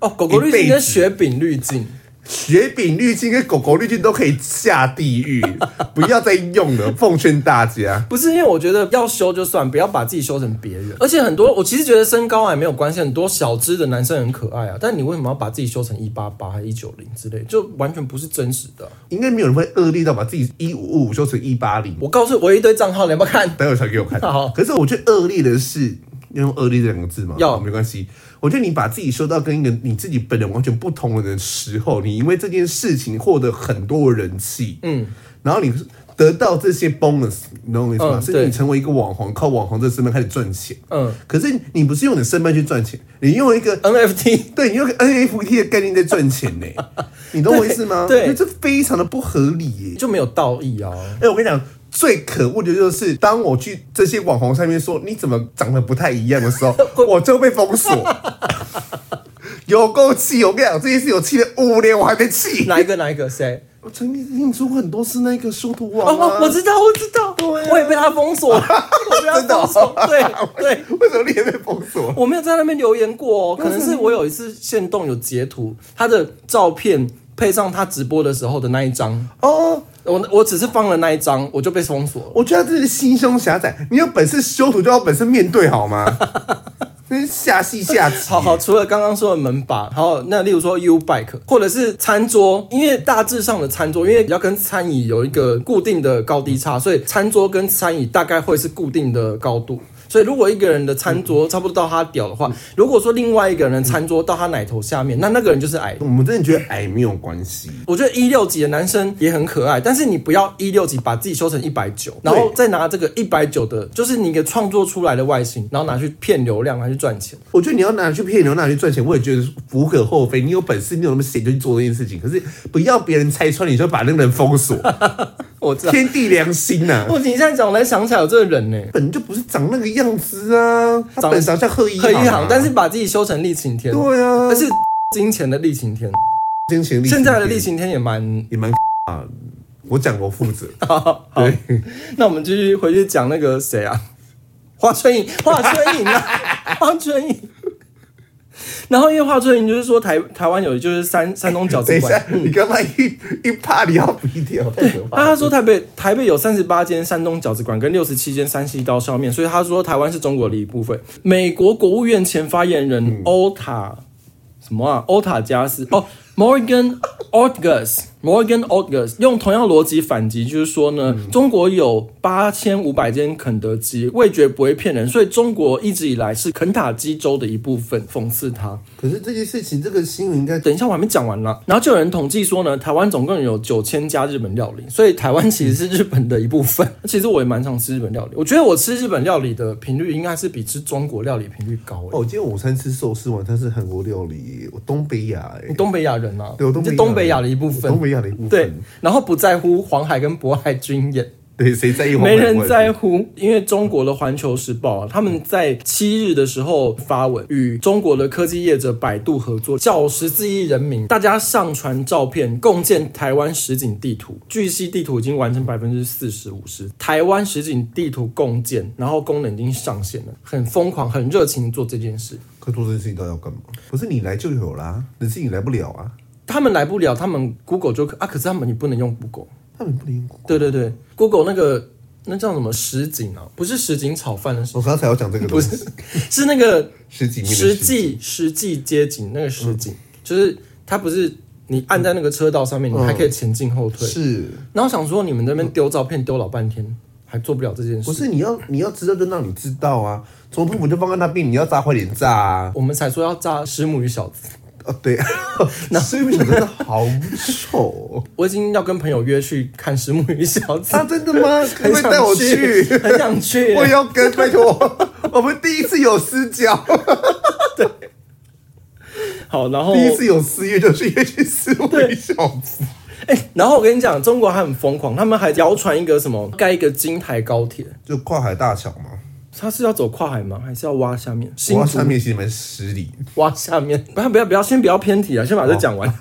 S1: 哦，狗狗滤
S2: 一辈
S1: 镜
S2: 子
S1: 跟雪饼滤镜，
S2: 雪饼滤镜跟狗狗滤镜都可以下地狱， (laughs) 不要再用了，奉劝大家。
S1: 不是因为我觉得要修就算，不要把自己修成别人。而且很多，我其实觉得身高矮没有关系，很多小只的男生很可爱啊，但你为什么要把自己修成一八八还一九零之类，就完全不是真实的啊、
S2: 应该没有人会恶劣到把自己一五五修成一八零。
S1: 我告诉我一堆账号，你要不要看？
S2: 待会传给我看。
S1: 好
S2: 可是我觉得恶劣的是要用恶劣这两个字吗？
S1: 要
S2: 好没关系。我觉得你把自己说到跟一个你自己本人完全不同的人的时候，你因为这件事情获得很多人气，嗯，然后你得到这些 bonus，你懂我意思吗？
S1: 嗯
S2: 是
S1: 对
S2: 你成为一个网红，靠网红这身份开始赚钱，
S1: 嗯
S2: 可是你不是用你的身份去赚钱，你用一个
S1: ，NFT
S2: 对你用一个 NFT 的概念在赚钱
S1: (laughs)
S2: 呢、你懂我意思吗？
S1: 对对
S2: 我觉得这非常的不合理耶、
S1: (laughs) 就没有道义啊。
S2: 哎、我跟你讲，最可恶的就是当我去这些网红上面说你怎么长得不太一样
S1: (laughs)
S2: 的时候，我就被封锁。有够气！我跟你讲，这件事我气了五年，我还没气。
S1: 哪一个？哪一个？谁？
S2: 我曾经听说过很多次那个修图
S1: 哦，
S2: 网啊，
S1: 我我知道，我啊知道，我也被他封锁 (laughs) 了，我被他
S2: 真的哦
S1: 封锁。 (laughs) 对对，
S2: 为什么你也被封锁？
S1: 我没有在那边留言过哦，可能是我有一次限动有截图他的照片。配上他直播的时候的那一张，
S2: 哦，
S1: 我我只是放了那一张，我就被封锁了。
S2: 我觉得他真是心胸狭窄。你有本事修图，就要有本事面对好
S1: (laughs)
S2: 吗？真是下戏下棋。
S1: 好好，除了刚刚说的门把，还有那例如说 U bike 或者是餐桌，因为大致上的餐桌，因为要跟餐椅有一个固定的高低差，所以餐桌跟餐椅大概会是固定的高度。所以如果一个人的餐桌差不多到他屌的话，如果说另外一个人的餐桌到他奶头下面，那那个人就是矮的。
S2: 我们真的觉得矮没有关系。
S1: 我觉得一六级的男生也很可爱，但是你不要一六级把自己修成一百九，然后再拿这个一百九的，就是你给创作出来的外形，然后拿去骗流量，拿去赚钱。
S2: 我觉得你要拿去骗人，拿去赚钱，我也觉得无可厚非。你有本事，你有那么闲就去做这件事情。可是不要别人拆穿你，就把那个人
S1: (laughs)
S2: 封锁，
S1: 我知道，
S2: 天地良心呐、
S1: 我你现在讲，我才想起来有这个人呢、
S2: 本就不是长那个样子啊，他本长像贺一
S1: 可以
S2: 航
S1: 好
S2: 啊，，
S1: 但是把自己修成厉晴天，
S2: 对啊
S1: 但是金钱的厉晴天，
S2: 金钱力
S1: 现在的厉晴天也蛮。 (laughs)
S2: 也蛮 (laughs) 啊，我讲我负责，
S1: 啊
S2: 对，
S1: 那我们继续回去讲那个谁啊，华春莹，华春
S2: (laughs)
S1: 莹啊，华春莹。然后因为华春莹就是说台台湾有就是山山东饺
S2: 等
S1: 子
S2: 一
S1: 馆，
S2: 下，你刚才一 (laughs) 一怕你要逼掉，太可怕
S1: 啊，
S2: 了
S1: 他说台北台北有三十八间山东饺子馆跟六十七间山西刀削面，所以他说台湾是中国的一部分。美国国务院前发言人欧塔、什么啊？欧塔加斯哦，Morgan Ortgas。Morgan Ortgas 用同样逻辑反击，就是说呢，中国有八千五百间肯德基，味觉不会骗人，所以中国一直以来是肯塔基州的一部分，讽刺他。
S2: 可是这件事情，这个新闻应该
S1: 等一下，我还没讲完啦。然后就有人统计说呢，台湾总共有九千家日本料理，所以台湾其实是日本的一部分。 (laughs) 其实我也蛮常吃日本料理，我觉得我吃日本料理的频率应该是比吃中国料理频率高、欸。
S2: 哦，今天午餐吃寿司，晚餐是韩国料理，我东北亚哎、
S1: 你东北亚人啊，
S2: 对，我东
S1: 你
S2: 北
S1: 是东北亚的一部
S2: 东
S1: 分。
S2: 北亚的一部分，
S1: 对，然后不在乎黄海跟渤海军演，
S2: 对，谁在意黄
S1: 没
S2: 门的问题？
S1: 人在乎，因为中国的《环球时报》啊，他们在七日的时候发文，与中国的科技业者百度合作，叫十四亿人民大家上传照片，共建台湾实景地图。据悉，地图已经完成百分之四十五十，台湾实景地图共建，然后功能已经上线了，很疯狂，很热情地做这件事。
S2: 可做这件事情到底要干嘛？不是你来就有啦，你自己来不了啊。
S1: 他们来不了，他们 Google 就可啊，可是他们你不能用 Google。
S2: 他们不能用 Google。
S1: 对对对，Google 那个那叫什么实景啊？不是实景炒饭的实，
S2: 我刚才要讲这个东西，
S1: 是那个
S2: 十几米的
S1: 实
S2: 事嗯
S1: 际实际街景那个实景，就是它不是你按在那个车道上面，你还可以前进后退。
S2: 嗯是，嗯
S1: 然后想说你们这边丢照片丢老半天，还做不了这件
S2: 不
S1: 事，
S2: 是你要你要知道就让你知道啊，总统府就放在那边，你要炸快点炸啊！
S1: 我们才说要炸石母与小子。
S2: 哦，对，所以我想真的好
S1: (laughs)
S2: 丑、哦。
S1: 我已经要跟朋友约去看石母与小子，
S2: 啊，真的吗？可
S1: 很
S2: 不可以
S1: 想
S2: 带我
S1: 去，
S2: 去？
S1: 很想去。
S2: 我也要跟，拜托，我们第一次有私交，
S1: 哦好，然后
S2: 第一次有私约就是约去私会小子。
S1: 哎、然后我跟你讲，中国还很疯狂，他们还谣传一个什么盖一个金台高铁，
S2: 就跨海大桥嘛，
S1: 他是要走跨海吗？还是要挖下面？新
S2: 哇，
S1: 竹
S2: 下面其实蛮失礼。
S1: 挖下面， (laughs) 不要不要不要，先不要偏题啊，先把这讲完。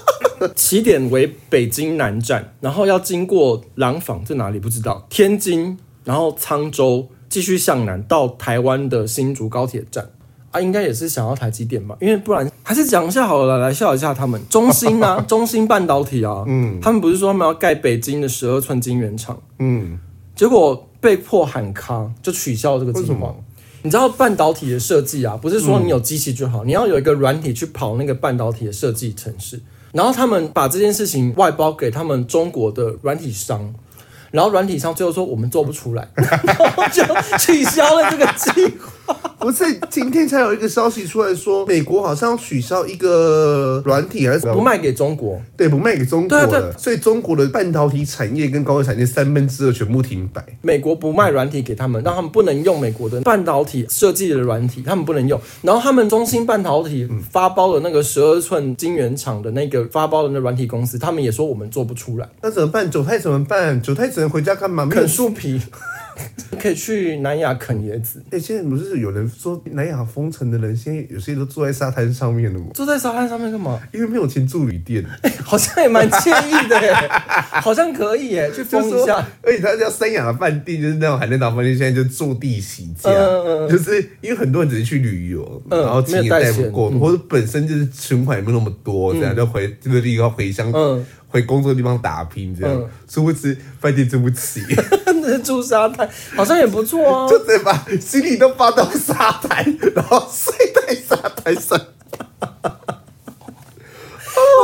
S1: (laughs) 起点为北京南站，然后要经过廊坊，在哪里不知道？天津，然后沧州，继续向南到台湾的新竹高铁站啊，应该也是想要台积电吧？因为不然还是讲一下好了，来笑一下他们中芯 (laughs) 啊，中芯半导体啊，嗯，他们不是说他们要盖北京的十二寸晶圆厂，
S2: 嗯，
S1: 结果被迫喊卡，就取消这个计
S2: 为什
S1: 划
S2: 么。
S1: 你知道半导体的设计啊，不是说你有机器就好，你要有一个软体去跑那个半导体的设计程式。然后他们把这件事情外包给他们中国的软体商，然后软体商最后说我们做不出来， (laughs) 然后就取消了这个计划。
S2: 不是，今天才有一个消息出来说，美国好像取消一个软体还是什
S1: 不
S2: 么，
S1: 卖给中国，
S2: 对，不卖给中国
S1: 对啊
S2: 了，所以中国的半导体产业跟高科技产业三分之二全部停摆。
S1: 美国不卖软体给他们，让他们不能用美国的半导体设计的软体，他们不能用。然后他们中芯半导体发包的那个十二寸晶圆厂的那个发包的那软体公司，他们也说我们做不出来，
S2: 那怎么办？韭菜怎么办？韭菜只能回家干嘛？没有
S1: 啃树皮。可以去南亚啃椰子，
S2: 哎、现在不是有人说南亚封城的人，现在有些都坐在沙滩上面了吗？
S1: 坐在沙滩上面干嘛？
S2: 因为没有钱住旅店，
S1: 哎、好像也蛮惬意 (laughs) 的耶，好像可以耶，去
S2: 就是
S1: 疯一
S2: 说
S1: 下。，
S2: 而且他叫三亚的饭店，就是那种海南岛饭店，现在就坐地起价，
S1: 嗯
S2: 就是因为很多人只是去旅游，
S1: 嗯
S2: 然后钱嗯
S1: 没
S2: 也
S1: 有带
S2: 带不
S1: 钱
S2: 够，或者本身就是存款也没有那么多，这样、就回这个地方回乡，
S1: 嗯
S2: 回工作的地方打拼，这样
S1: 嗯，
S2: 殊不知饭店住不起，
S1: (laughs) 住沙滩好像也不错啊。
S2: (laughs) 就得把行李都放到沙滩，然后睡在沙滩上。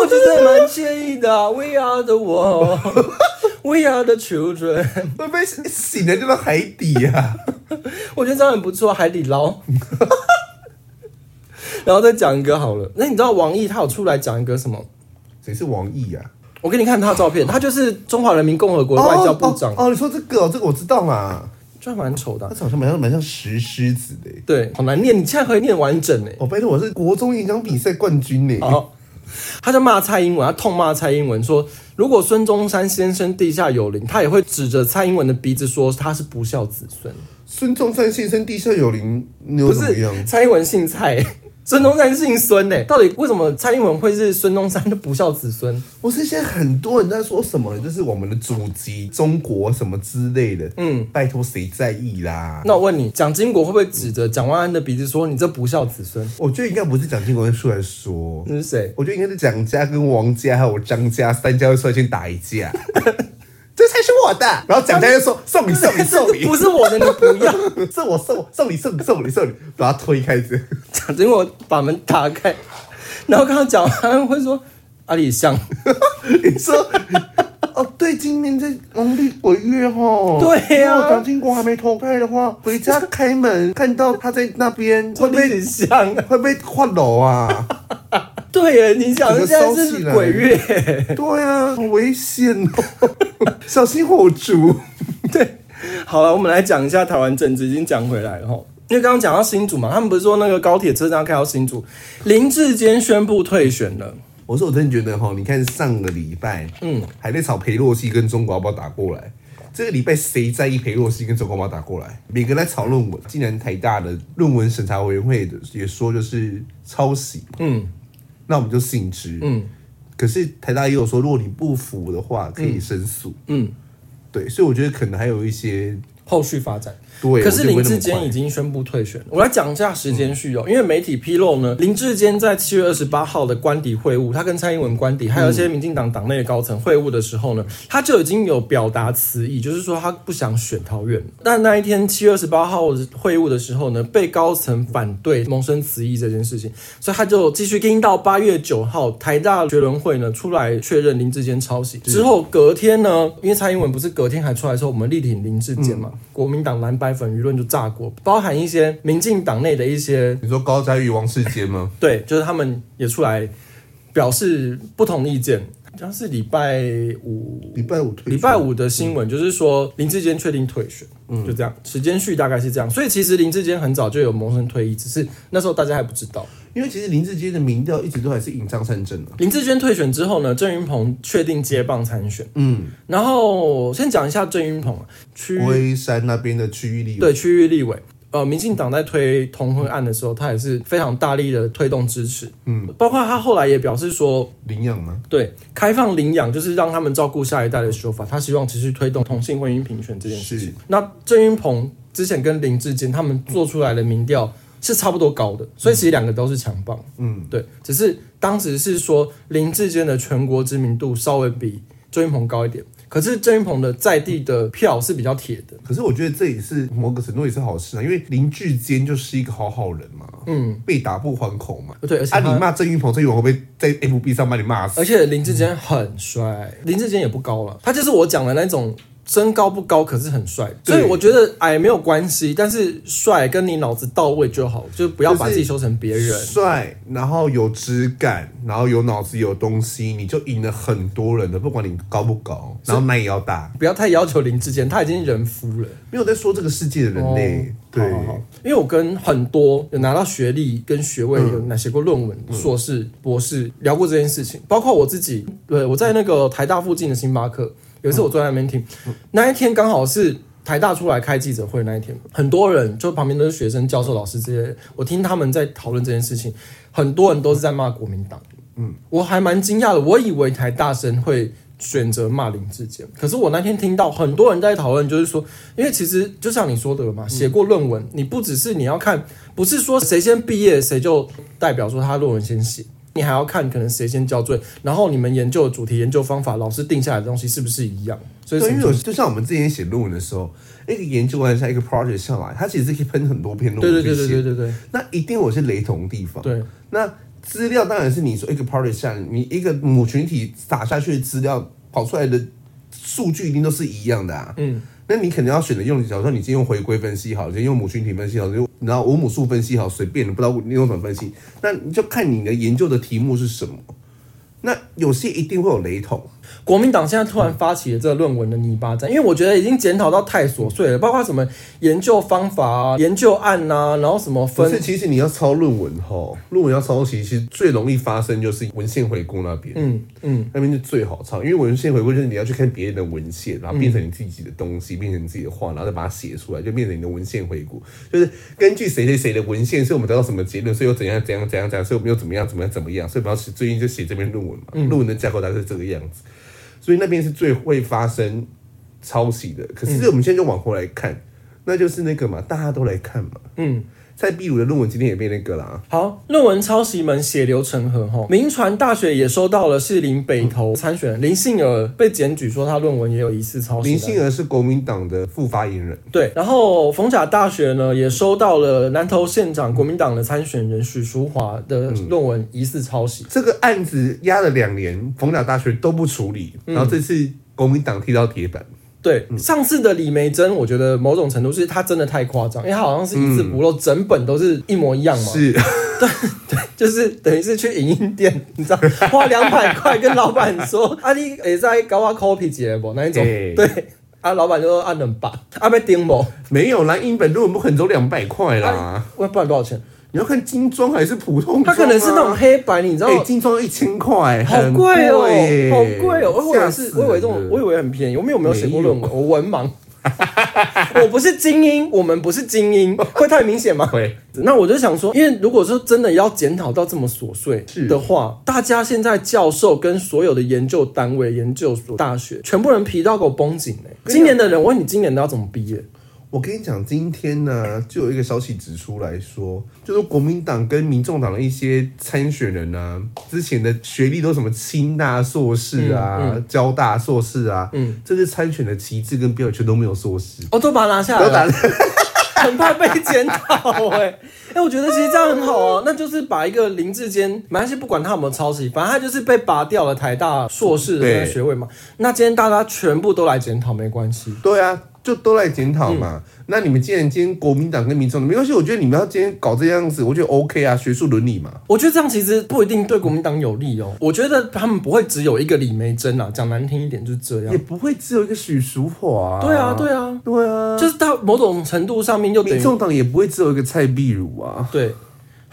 S1: 我觉得蛮惬意的、啊。We are the world, we are the children。
S2: 会不会醒来就到海底啊 (laughs) 呀、
S1: 我觉得这样很不错，海底捞。 (laughs) 然后再讲一个好了，那你知道王毅他有出来讲一个什么？
S2: 谁是王毅啊呀、
S1: 我给你看他的照片，他就是中华人民共和国的外交部长
S2: 哦，哦哦你说这个、哦，这个我知道嘛，
S1: 就还蛮丑的啊
S2: 他。长得蛮像蛮像石狮子的耶。
S1: 对，好难念，你现在可以念完整哎。
S2: 哦，拜托，我是国中演讲比赛冠军呢。
S1: 好，他就骂蔡英文，他痛骂蔡英文说，如果孙中山先生地下有灵，他也会指着蔡英文的鼻子说他是不孝子孙。
S2: 孙中山先生地下有灵，你
S1: 不
S2: 有怎么样
S1: 是？蔡英文姓蔡、 (laughs) 孙中山姓孙呢、到底为什么蔡英文会是孙中山的不孝子孙？
S2: 我是现在很多人在说什么，就是我们的祖籍中国什么之类的。嗯，拜托，谁在意啦？
S1: 那我问你，蒋经国会不会指着蒋万安的鼻子说你这不孝子孙？
S2: 我觉得应该不是蒋经国会出来说，
S1: 你是谁？
S2: 我觉得应该是蒋家跟王家还有张家三家会出来先打一架，
S1: (laughs)
S2: 这才是我的。然后蒋家就说送你送你送你，
S1: 啊 (laughs)
S2: (laughs)
S1: 不是我的，你不要。
S2: 送我送我送你送你送你送你，把他推开这样。
S1: 蒋经国把门打开，然后看到蒋万安会说啊阿里香，
S2: 你说哦，对，今年在农历鬼月哦，
S1: 对呀
S2: 如果蒋经国还没投胎的话，回家开门看到他在那边，
S1: 会
S2: 会不
S1: 不会
S2: 会
S1: 很像？
S2: 会不会换楼啊？
S1: 对耶，你讲的
S2: 整个
S1: 现在
S2: 烧起
S1: 是
S2: 来
S1: 鬼月 (laughs) 耶，
S2: 对啊，好危险哦， (laughs) 小心火烛。
S1: 对。好了，我们来讲一下台湾政治，已经讲回来了哈。因为刚刚讲到新竹嘛，他们不是说那个高铁车站要开到新竹，林志坚宣布退选了。
S2: 我说我真的觉得哈，你看上个礼拜，嗯，还在吵裴洛西跟中国要不要打过来，这个礼拜谁在意裴洛西跟周光宝打过来？每个人在吵论文，竟然台大的论文审查委员会的也说就是抄袭，
S1: 嗯
S2: 那我们就信之。
S1: 嗯
S2: 可是台大也有说，如果你不服的话，可以申诉。
S1: 嗯，
S2: 对，所以我觉得可能还有一些
S1: 后续发展。
S2: 对。
S1: 可是林志
S2: 坚
S1: 坚已经宣布退选了。我来讲一下时间序哦，因为媒体披露呢，林志坚在七月二十八号的官邸会晤，他跟蔡英文官邸，还有一些民进党党内的高层会晤的时候呢，他就已经有表达辞意，就是说他不想选桃园。但那一天七月二十八号会晤的时候呢，被高层反对萌生辞意这件事情，所以他就继续盯到八月九号台大学伦会呢出来确认林志坚抄袭之后，隔天呢，因为蔡英文不是隔天还出来说我们力挺林志坚嘛，国民党蓝白粉舆论就炸锅，包含一些民进党内的一些
S2: 你说高嘉瑜、王世坚吗？
S1: 对，就是他们也出来表示不同意见，好像是礼拜五
S2: (laughs) 礼拜五退
S1: 礼拜五的新闻就是说林志坚确定退选，嗯，就这样，时间序大概是这样，所以其实林志坚很早就有萌生退役，只是那时候大家还不知道。
S2: 因为其实林志坚的民调一直都还是引张善政啊的。
S1: 林志坚退选之后呢，郑云鹏确定接棒参选。
S2: 嗯，
S1: 然后先讲一下郑云鹏啊区域
S2: 龟山那边的区域立委
S1: 对区域立委。呃，民进党在推同婚案的时候，他也是非常大力的推动支持。嗯，包括他后来也表示说，
S2: 领养吗？
S1: 对开放领养就是让他们照顾下一代的说法，他希望持续推动同性婚姻平权这件事情
S2: 是。
S1: 那郑云鹏之前跟林志坚他们做出来的民调是差不多高的，所以其实两个都是强棒。
S2: 嗯，
S1: 对，只是当时是说林志坚的全国知名度稍微比郑云鹏高一点，可是郑云鹏的在地的票是比较铁的。
S2: 可是我觉得这也是某个程度也是好事啊，因为林志坚就是一个好好人嘛，嗯，被打不还口嘛。
S1: 对，而且
S2: 啊，
S1: 他
S2: 你骂郑云鹏，郑云鹏会不会
S1: (laughs)
S2: 在 FB 上把你骂死？
S1: 而且林志坚很帅，林志坚也不高了，他就是我讲的那种身高不高，可是很帅。所
S2: 对
S1: 以我觉得矮没有关系，但是帅跟你脑子到位就好，就不要把自己修成别人。
S2: 帅，然后有质感，然后有脑子有东西，你就赢了很多人的，不管你高不高，然后奶也要大。
S1: 不要太要求林志坚，他已经人夫了。
S2: 没有在说这个世界的人类，对，
S1: 哦好好好因为我跟很多有拿到学历跟学位、有哪写过论文、硕士、博士聊过这件事情，包括我自己，对我在那个台大附近的星巴克，有一次我坐在那边听，那一天刚好是。台大出来开记者会那一天，很多人就旁边都是学生、教授、老师这些人，我听他们在讨论这件事情，很多人都是在骂国民党。嗯，我还蛮惊讶的，我以为台大生会选择骂林志坚，可是我那天听到很多人在讨论，就是说，因为其实就像你说的嘛，写过论文，你不只是你要看，不是说谁先毕业谁就代表说他论文先写。你还要看可能谁先交罪，然后你们研究的主题、研究方法，老师定下来的东西是不是一样？所以
S2: 对，因
S1: 什
S2: 为
S1: 么
S2: 有就像我们之前写论文的时候，一个研究完下一个 project 下来，它其实是可以喷很多篇论
S1: 对对
S2: 文
S1: 对对
S2: 去
S1: 对
S2: 写，
S1: 对对
S2: 那一定有些雷同的地方。
S1: 对，
S2: 那资料当然是你说一个 project 下来，你一个母群体打下去的资料跑出来的数据一定都是一样的啊。
S1: 嗯，
S2: 那你肯定要选择用，假如说你今天用回归分析好，今天用母群体分析好，就然后我母数分析好，随便你不知道你用什么分析，那你就看你的研究的题目是什么。那有些一定会有雷同，
S1: 国民党现在突然发起了这个论文的泥巴战，因为我觉得已经检讨到太琐碎了，包括什么研究方法啊、研究案呐、然后什么
S2: 可
S1: 分啊
S2: 是其实你要抄论文哈，论文要抄袭，其实最容易发生就是文献回顾那边，
S1: 嗯嗯，
S2: 那边就最好抄，因为文献回顾就是你要去看别人的文献，然后变成你自己的东西，变成你自己的话，然后再把它写出来，就变成你的文献回顾，就是根据谁谁谁的文献，所以我们得到什么结论，所以又怎样怎样怎样怎样，所以我们又怎么样怎么样怎么样，所以我们要写最近就写这篇论文嘛，论、文的架构大概是这个样子，所以那边是最会发生抄袭的。
S1: 嗯
S2: 可是我们现在就往后来看，那就是那个嘛，大家都来看嘛，
S1: 嗯。
S2: 在秘鲁的论文今天也被那个啦，
S1: 好，论文抄袭门血流成河哈。民传大学也收到了士林北投参选人林信儿被检举说他论文也有疑似抄袭的。
S2: 林信儿是国民党的副发言人。
S1: 对，然后逢甲大学呢也收到了南投县长国民党的参选人许淑华的论文疑似抄袭。
S2: 这个案子压了两年，逢甲大学都不处理，
S1: 嗯
S2: 然后这次国民党踢到铁板，
S1: 对，
S2: 嗯
S1: 上次的李梅珍，我觉得某种程度是她真的太夸张，因为她好像是一
S2: 嗯
S1: 字不漏，整本都是一模一样嘛，
S2: 是 (laughs)
S1: 就是等于是去影印店，你知
S2: (laughs)
S1: 道，花两百块跟老板说， (laughs) 啊你也在搞我 copy 节目那一种，
S2: 哎
S1: 对，啊老板就说啊能吧，啊被盯不，
S2: 没有啦，英本论文不可能走两百块啦，
S1: 我不然多少钱？
S2: 你要看精装还是普通
S1: 它哎
S2: 装啊、
S1: 可能是那种黑白，你知道
S2: 哎、，精装一千块，
S1: 好
S2: 很
S1: 贵哦，
S2: 耶
S1: 好贵哦。我以为
S2: 吓
S1: 是，
S2: 死
S1: 我以为这种
S2: 人，
S1: 我以为很便宜。我们有没有写过论
S2: 没
S1: 文？我文盲，我不是精英，我们不是精
S2: (laughs)
S1: 英，会太明显吗？
S2: 会。
S1: 那我就想说，因为如果说真的要检讨到这么琐碎
S2: 是
S1: 的话，大家现在教授跟所有的研究单位、研究所、大学，全部人皮到狗绷紧嘞。今年的人，我问你，今年的要怎么毕业？
S2: 我跟你讲，今天呢、就有一个消息指出来说，就是国民党跟民众党的一些参选人啊，之前的学历都什么清大硕士啊、
S1: 嗯
S2: 交大硕士啊，嗯，这次参选的旗帜跟标语全都没有硕士，
S1: 哦，都把它拿下来
S2: 都打
S1: 了， (laughs) 很怕被检讨哎。哎、我觉得其实这样很好啊，那就是把一个林志坚，马来西不管他有没有抄袭，反正他就是被拔掉了台大硕士的那个
S2: 对
S1: 学位嘛。那今天大家全部都来检讨，没关系。
S2: 对啊，就都来检讨嘛。
S1: 嗯
S2: 那你们既然今天国民党跟民众党没关系，我觉得你们要今天搞这样子，我觉得 OK 啊，学术伦理嘛。
S1: 我觉得这样其实不一定对国民党有利哦。我觉得他们不会只有一个李梅珍啊，讲难听一点就是这样
S2: 也。不会只有一个许淑华、啊，
S1: 嗯对啊，对啊，
S2: 对啊，
S1: 就是到某种程度上面又等
S2: 民
S1: 于
S2: 众党也不会只有一个蔡壁如啊，
S1: 对。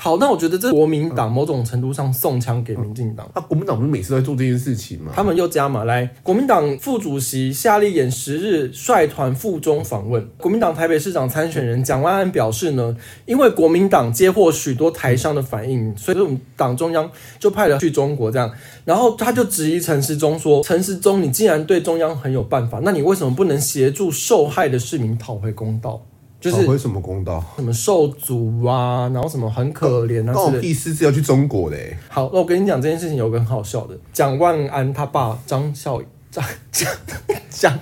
S1: 好，那我觉得这国民党某种程度上送枪给民进党。
S2: 啊，国民党不是每次都在做这件事情吗？
S1: 他们又加码来，国民党副主席夏立言十日率团赴中访问。国民党台北市长参选人蒋万安表示呢，因为国民党接获许多台商的反应，所以我们党中央就派了去中国这样。然后他就质疑陈时中说：“陈时中，你既然对中央很有办法，那你为什么不能协助受害的市民讨回公道？就是
S2: 讨回哦什么公道？
S1: 什么受阻啊，然后什么很可怜啊之
S2: 关
S1: 类
S2: 我
S1: 的。”
S2: 屁事是要去中国欸嘞、
S1: 好，那我跟你讲这件事情有个很好笑的，蒋万安他爸张孝 (laughs) 张张蒋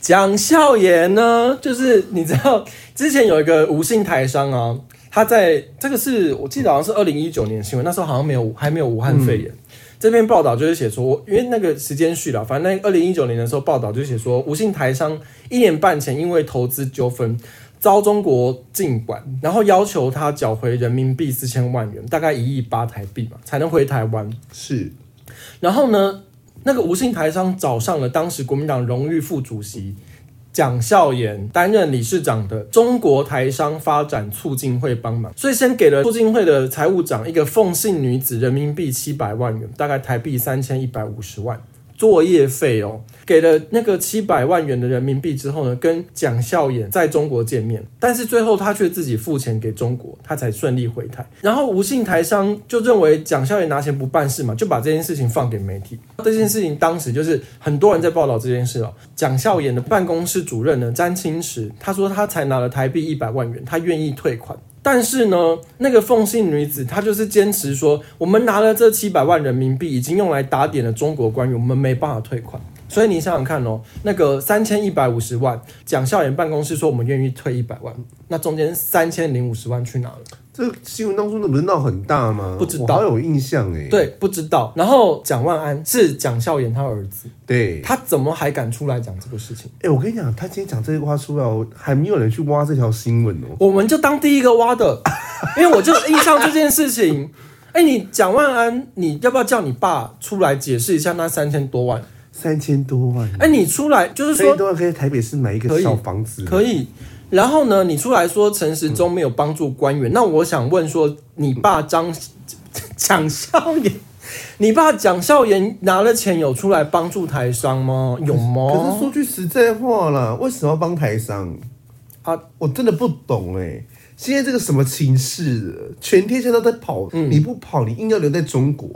S1: 蒋孝严呢，就是你知道之前有一个吴姓台商啊，他在这个是我记得好像是二零一九年新闻，那时候好像没有还没有武汉肺炎。这篇报道就是写说，因为那个时间序了，反正二零一九年的时候报道就写说，吴姓台商一年半前因为投资纠纷遭中国禁管，然后要求他缴回人民币四千万元，大概一亿八台币嘛，才能回台湾。
S2: 是
S1: 然后呢，那个吴姓台商找上了当时国民党荣誉副主席蒋孝严担任理事长的中国台商发展促进会帮忙，所以先给了促进会的财务长一个凤姓女子人民币七百万元，大概台币三千一百五十万。作业费哦，给了那个七百万元的人民币之后呢，跟蒋孝严在中国见面，但是最后他却自己付钱给中国，他才顺利回台。然后吴姓台商就认为蒋孝严拿钱不办事嘛，就把这件事情放给媒体。这件事情当时就是很多人在报道这件事了。蒋孝严的办公室主任呢，詹青石，他说他才拿了台币一百万元，他愿意退款。但是呢，那个凤姓女子她就是坚持说，我们拿了这七百万人民币，已经用来打点了中国官员，我们没办法退款。所以你想想看哦，那个三千一百五十万，蒋孝严办公室说我们愿意退一百万，那中间三千零五十万去哪了？
S2: 这个新闻当中那不是闹很大吗？
S1: 不知道
S2: 我好有印象哎、
S1: 对，不知道。然后蒋万安是蒋孝严他儿子，
S2: 对，
S1: 他怎么还敢出来讲这个事情？
S2: 哎、我跟你讲，他今天讲这句话出来，我还没有人去挖这条新闻哦、
S1: 我们就当第一个挖
S2: (laughs)
S1: 的，因为我就印象这件事情。哎、你蒋万安，你要不要叫你爸出来解释一下那三千多万？
S2: 三千多万，
S1: 哎、你出来就是
S2: 三千
S1: 说
S2: 多万可以在台北市买一
S1: 可
S2: 个
S1: 以
S2: 小房子，
S1: 可以，然后呢，你出来说陈时中没有帮助官员，那我想问说，你爸张蒋孝严， (laughs) 你爸蒋孝严拿了钱有出来帮助台商吗？有
S2: 可
S1: 吗
S2: 是？说句实在话啦，为什么要帮台商
S1: 啊？
S2: 我真的不懂哎、现在这个什么情势，全天下都在跑，
S1: 嗯
S2: 你不跑，你硬要留在中国，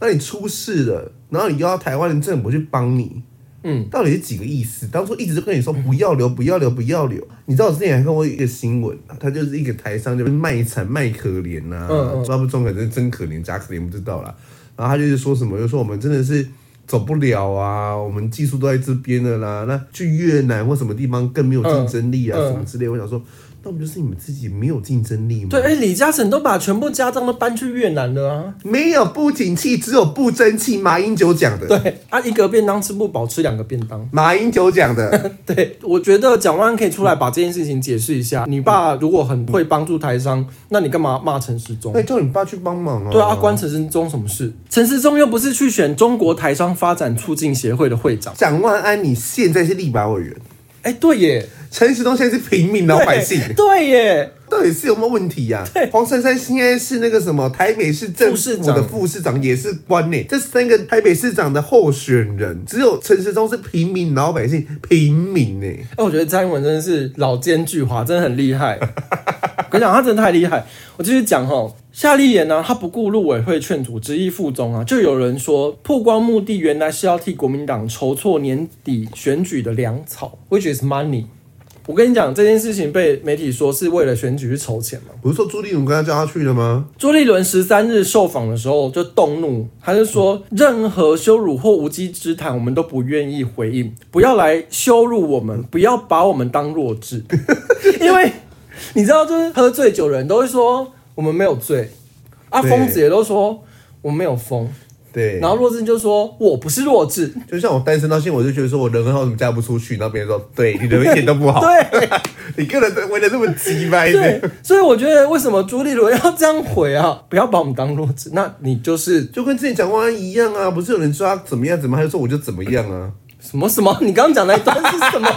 S2: 那你出事了，然后你又要台湾人政府去帮你，
S1: 嗯，
S2: 到底是几个意思？当初一直都跟你说不要留，不要留，不要留。你知道我之前还看过一个新闻啊，他就是一个台商就是卖惨卖可怜呐、啊，
S1: 嗯嗯
S2: 知道不中可能是真可怜假可怜不知道啦。然后他就是说什么，就说我们真的是走不了啊，我们技术都在这边的啦，那去越南或什么地方更没有竞争力啊，
S1: 嗯嗯
S2: 什么之类。我想说，那不就是你们自己没有竞争力吗？
S1: 对，哎、李嘉诚都把全部家当都搬去越南了啊。
S2: 没有不景气，只有不争气。马英九讲的，
S1: 对，啊，一个便当吃不饱，吃两个便当。
S2: 马英九
S1: (laughs)
S2: 讲的，
S1: 对，我觉得蒋万安可以出来把这件事情解释一下。你爸如果很会帮助台商，那你干嘛骂陈时中
S2: 那？哎叫你爸去帮忙啊。
S1: 对啊，关陈时中什么事？陈时中又不是去选中国台商发展促进协会的会长。
S2: 蒋万安，你现在是立法委员，
S1: 哎，对耶，
S2: 陈时中现在是平民老百姓，
S1: 对对耶，
S2: 到底是有没有问题呀、黄珊珊现在是那个什么台北市政
S1: 副市
S2: 府
S1: 长
S2: 的副市长，也是官呢、这三个台北市长的候选人，只有陈时中是平民老百姓，平民呢、
S1: 哎，我觉得蔡英文真的是老奸巨猾，真的很厉害。我跟你讲，他真的太厉害。我继续讲哈，夏立言呢、啊他不顾陆委会劝阻，执意附中啊。就有人说，曝光目的原来是要替国民党筹措年底选举的粮草，which is money。我跟你讲，这件事情被媒体说是为了选举去筹钱嘛。
S2: 不是说朱立伦跟他叫他去的吗？
S1: 朱立伦十三日受访的时候就动怒，他就说：“任何羞辱或无稽之谈，我们都不愿意回应，不要来羞辱我们，不要把我们当弱智。”因为你知道，就是喝醉酒的人都会说我们没有醉，啊，
S2: 对
S1: 疯子也都说我们没有疯，
S2: 对，
S1: 然后弱智就说我不是弱智，
S2: 就像我单身到现在，我就觉得说我人很好，怎么嫁不出去？然后别人说，
S1: (laughs)
S2: 对你人一点都不好，
S1: 对
S2: 你个人为的这么鸡掰
S1: (laughs) 对
S2: 的，，
S1: 所以我觉得为什么朱立伦要这样回啊？不要把我们当弱智，那你就是
S2: 就跟之前蒋万安一样啊，不是有人说他怎么样怎么样，他就说我就怎么样啊。
S1: 什么什么？你刚刚讲那一段是什么？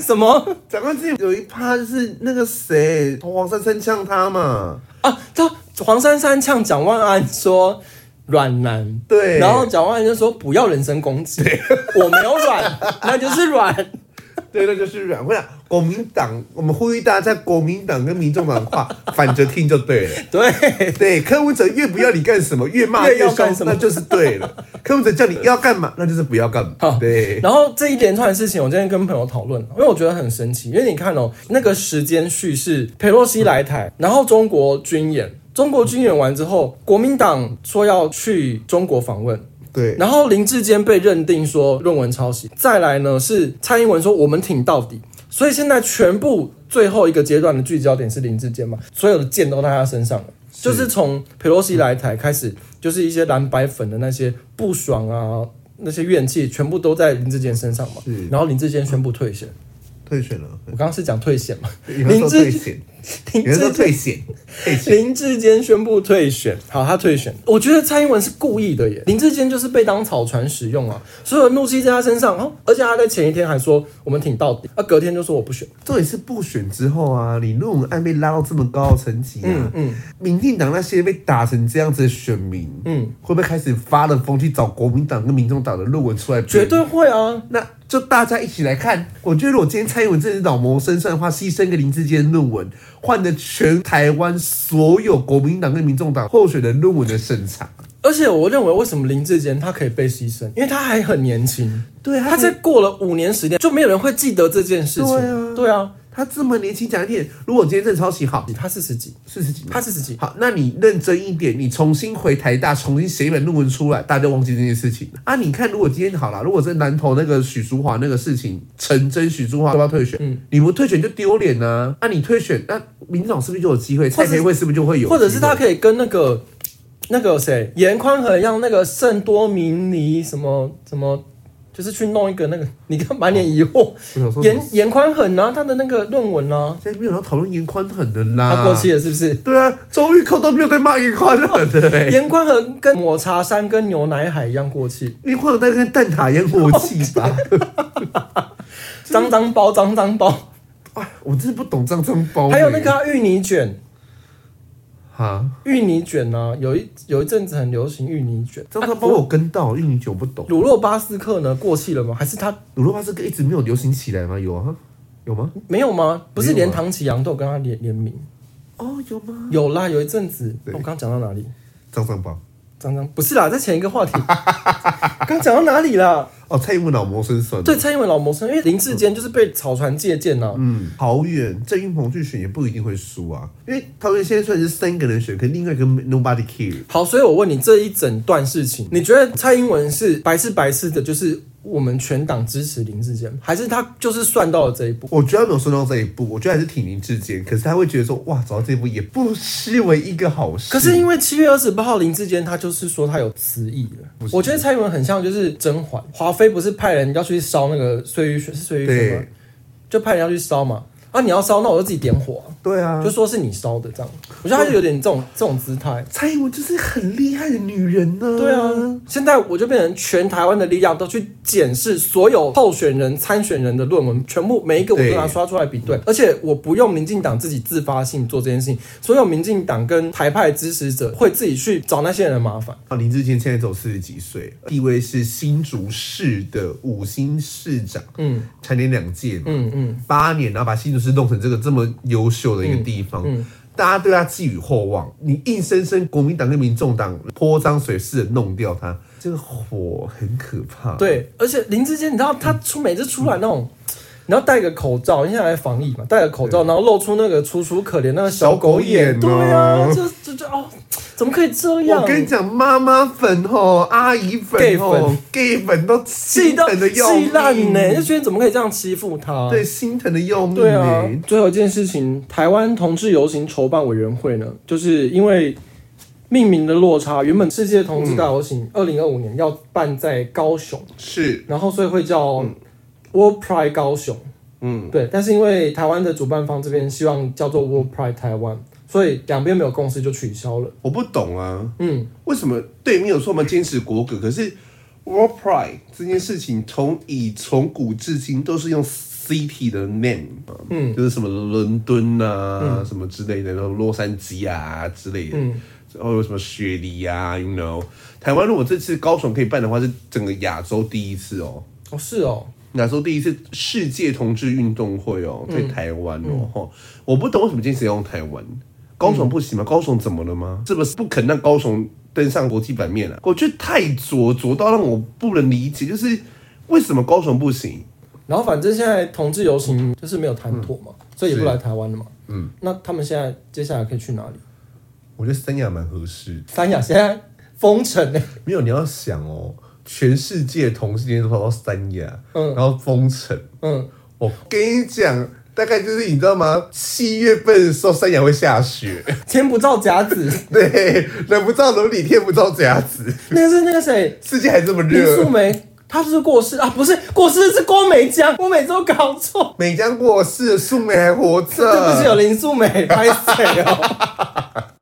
S1: 什么？
S2: 蒋万安之前有一趴就是那个谁，黄珊珊呛他嘛，
S1: 啊，他黄珊珊呛蒋万安说软男，
S2: 对
S1: 然后蒋万安就说不要人身攻击，我没有
S2: (laughs)
S1: 软，那就是软。
S2: (laughs) 对，那就是软。我想国民党，我们呼吁大家，国民党跟民众党的话反着听就对了。
S1: 对，
S2: (laughs) 对，柯文哲越不要你干什么，越骂
S1: 越要
S2: 凶
S1: 干什么
S2: 那就是对 (laughs) 了。柯文哲叫你要干嘛，那就是不要干嘛
S1: 好。
S2: 对，
S1: 哦然后这一连串的事情，我今天跟朋友讨论，因为我觉得很神奇。因为你看哦，那个时间序是佩洛西来
S2: 嗯
S1: 台，然后中国军演，中国军演完之后，国民党说要去中国访问，
S2: 对，
S1: 然后林志坚被认定说论文抄袭，再来呢是蔡英文说我们挺到底，所以现在全部最后一个阶段的聚焦点是林志坚嘛，所有的箭都在他身上了，就是从佩洛西来台开始，就是一些蓝白粉的那些不爽啊，那些怨气全部都在林志坚身上嘛，然后林志坚宣布退选，
S2: 退选了。
S1: 我刚刚是讲退选
S2: (laughs)
S1: 嘛，
S2: 有人
S1: 林
S2: 说
S1: 志
S2: 退选，
S1: 林
S2: 有人
S1: 志
S2: 说
S1: 坚
S2: 退选，退选。
S1: 林志坚宣布退选，好，他退选。我觉得蔡英文是故意的耶，林志坚就是被当草船使用啊，所有的怒气在他身上。哦，而且他在前一天还说我们挺到底，啊，隔天就说我不选。
S2: 重点是不选之后啊，你论文案被拉到这么高的层级啊，嗯，民进党那些被打成这样子的选民，嗯，会不会开始发了疯去找国民党跟民众党的论文出来？
S1: 绝对会啊！
S2: 那就大家一起来看。我觉得如果今天蔡英文真的是老谋深算的话，牺牲个林志坚的论文，换得全台湾所有国民党跟民众党候选人论文的审查。
S1: 而且我认为，为什么林志坚他可以被牺牲？因为他还很年轻，
S2: 对他
S1: 他在过了五年十年，就没有人会记得这件事情。
S2: 对啊
S1: 对啊，
S2: 他这么年轻讲一点，如果今天真的抄袭好，
S1: 他四十几，
S2: 四十几吗
S1: 他四十几，
S2: 好，那你认真一点，你重新回台大，重新写一本论文出来，大家就忘记这件事情了啊！你看，如果今天好了，如果是南投那个许淑华那个事情成真，许淑华要不要退选？
S1: 嗯
S2: 你不退选就丢脸呐！啊，你退选，那民进党是不是就有机会？
S1: 或
S2: 蔡
S1: 者是
S2: 培慧是不是就会有机会？
S1: 或者是他可以跟那个那个谁严宽和一样，那个圣多明尼什么什么，就是去弄一个那个，你看满脸疑惑。
S2: 哦我想说
S1: 严严宽很啊，他的那个论文啊，
S2: 现在没有人要讨论严宽很的啦，
S1: 他过气了是不是？
S2: 对啊，周玉蔻都没有在骂严宽很的、欸，
S1: 严宽恒跟抹茶山跟牛奶海一样过气，
S2: 严宽很在跟蛋挞一样
S1: 哦
S2: 火气吧？
S1: 脏脏包脏脏包，
S2: 哎，我真是不懂张张包欸、
S1: 还有那个啊、芋泥卷，
S2: 哈，
S1: 芋泥卷啊，有一有一阵子很流行芋泥卷。
S2: 张张包我有跟到，因为你久不懂。
S1: 鲁洛巴斯克呢过气了吗？还是他
S2: 鲁肉巴这个一直没有流行起来吗？有啊，有吗？
S1: 没有吗？不是
S2: 没有
S1: 连
S2: 啊
S1: 唐启阳都有跟他联联名？
S2: 哦，有吗？
S1: 有啦，有一阵子。我
S2: 对
S1: 刚刚讲到哪里？
S2: 张张包
S1: 张张不是啦，在前一个话题，刚讲到哪里啦？
S2: 哦，蔡英文老谋深算。
S1: 对，，蔡英文老谋深，因为林志坚就是被草船借箭呐、
S2: 嗯，桃园郑运鹏去选也不一定会输啊，因为桃园现在虽然是三个人选，可另外一个 nobody care。
S1: 好，所以我问你这一整段事情，你觉得蔡英文是白痴白痴的，就是我们全党支持林志坚，还是他就是算到了这一步？
S2: 我觉得他没有算到这一步，我觉得还是挺林志坚，可是他会觉得说，哇，走到这一步也不失为一个好事。
S1: 可是因为七月二十八号林志坚他就是说他有词意了，我觉得蔡英文很像就是甄嬛，华妃不是派人要去烧那个碎玉轩是碎玉轩吗
S2: 对？
S1: 就派人要去烧嘛。啊，啊，你要烧，那我就自己点火啊、
S2: 对啊
S1: 就，说是你烧的这样。我觉得他就有点这种这种姿态。
S2: 蔡英文就是很厉害的女人呢、
S1: 对啊，现在我就变成全台湾的力量都去检视所有候选人、参选人的论文，全部每一个我都拿刷出来比对，而且我不用民进党自己自发性做这件事情，所有民进党跟台派支持者会自己去找那些人的麻烦。
S2: 啊，林志坚现在走四十几岁，地位是新竹市的五星市长，嗯，蝉联两届嘛，嗯嗯，八年，然后把新竹市弄成这个这么优
S1: 嗯
S2: 秀的一个地方。大家对他寄予厚望，你硬生生国民党跟民众党泼脏水似的弄掉他，这个火很可怕。，
S1: 对，而且林志坚，你知道他出每次出来那种。你要戴个口罩，因为现在在防疫嘛，戴个口罩，然后露出那个楚楚可怜那个小狗
S2: 小狗
S1: 对
S2: 眼哦
S1: 啊，就就就哦，怎么可以这样？
S2: 我跟你讲，妈妈粉吼，阿姨粉
S1: gay
S2: 吼，gay 粉都
S1: 气
S2: 心
S1: 到
S2: 疼的要
S1: 气烂
S2: 命
S1: 呢，就觉得怎么可以这样欺负他？
S2: 对，心疼的要命、
S1: 对啊
S2: 欸。，
S1: 最后一件事情，台湾同志游行筹办委员会呢，就是因为命名的落差，原本世界同志大游
S2: 嗯
S1: 行二零二五年要办在高雄，
S2: 是，
S1: 然后所以会叫
S2: 嗯
S1: World Pride 高雄，嗯，对，但是因为台湾的主办方这边希望叫做 World Pride 台湾，所以两边没有共识就取消了。
S2: 我不懂啊，
S1: 嗯，
S2: 为什么对面有说我们坚持国格，可是 World Pride 这件事情从以从古至今都是用 city 的 name，嗯，就是什么伦敦
S1: 嗯
S2: 啊、什么之类的，然后洛杉矶啊之类的，然后有什么雪梨啊，you know，台湾如果这次高雄可以办的话，是整个亚洲第一次哦。
S1: 哦，是哦，
S2: 亚洲第一次世界同志运动会
S1: 嗯
S2: 哦，在台湾哦，吼我不懂为什么坚持要用台湾，高雄不
S1: 嗯
S2: 行吗？高雄怎么了吗？是不是不肯让高雄登上国际版面啊？我觉得太左，左到让我不能理解，就是为什么高雄不行？
S1: 然后反正现在同志游行就是没有谈妥嘛，所以也不
S2: 是
S1: 来台湾了嘛。嗯，那他们现在接下来可以去哪里？
S2: 我觉得三亚蛮合适。
S1: 三亚现在封城欸呢、
S2: 没有，你要想哦，全世界同性恋都跑到三亚，
S1: 嗯
S2: 然后封城，
S1: 嗯，
S2: 我跟你讲。大概就是你知道吗？七月份的时候，三亚会下雪。
S1: (laughs) 天不照甲 (laughs) 子，
S2: (laughs) 对，人不造楼里，天不造甲子，
S1: 那个是那个谁，
S2: 世界还这么
S1: 林素
S2: 热。
S1: 梅，她是不是过世啊？不是过世是郭美江，我每次都搞错。
S2: 美江过世，素梅还活
S1: 对不起，有
S2: 着。
S1: 林素梅，拍谁哦？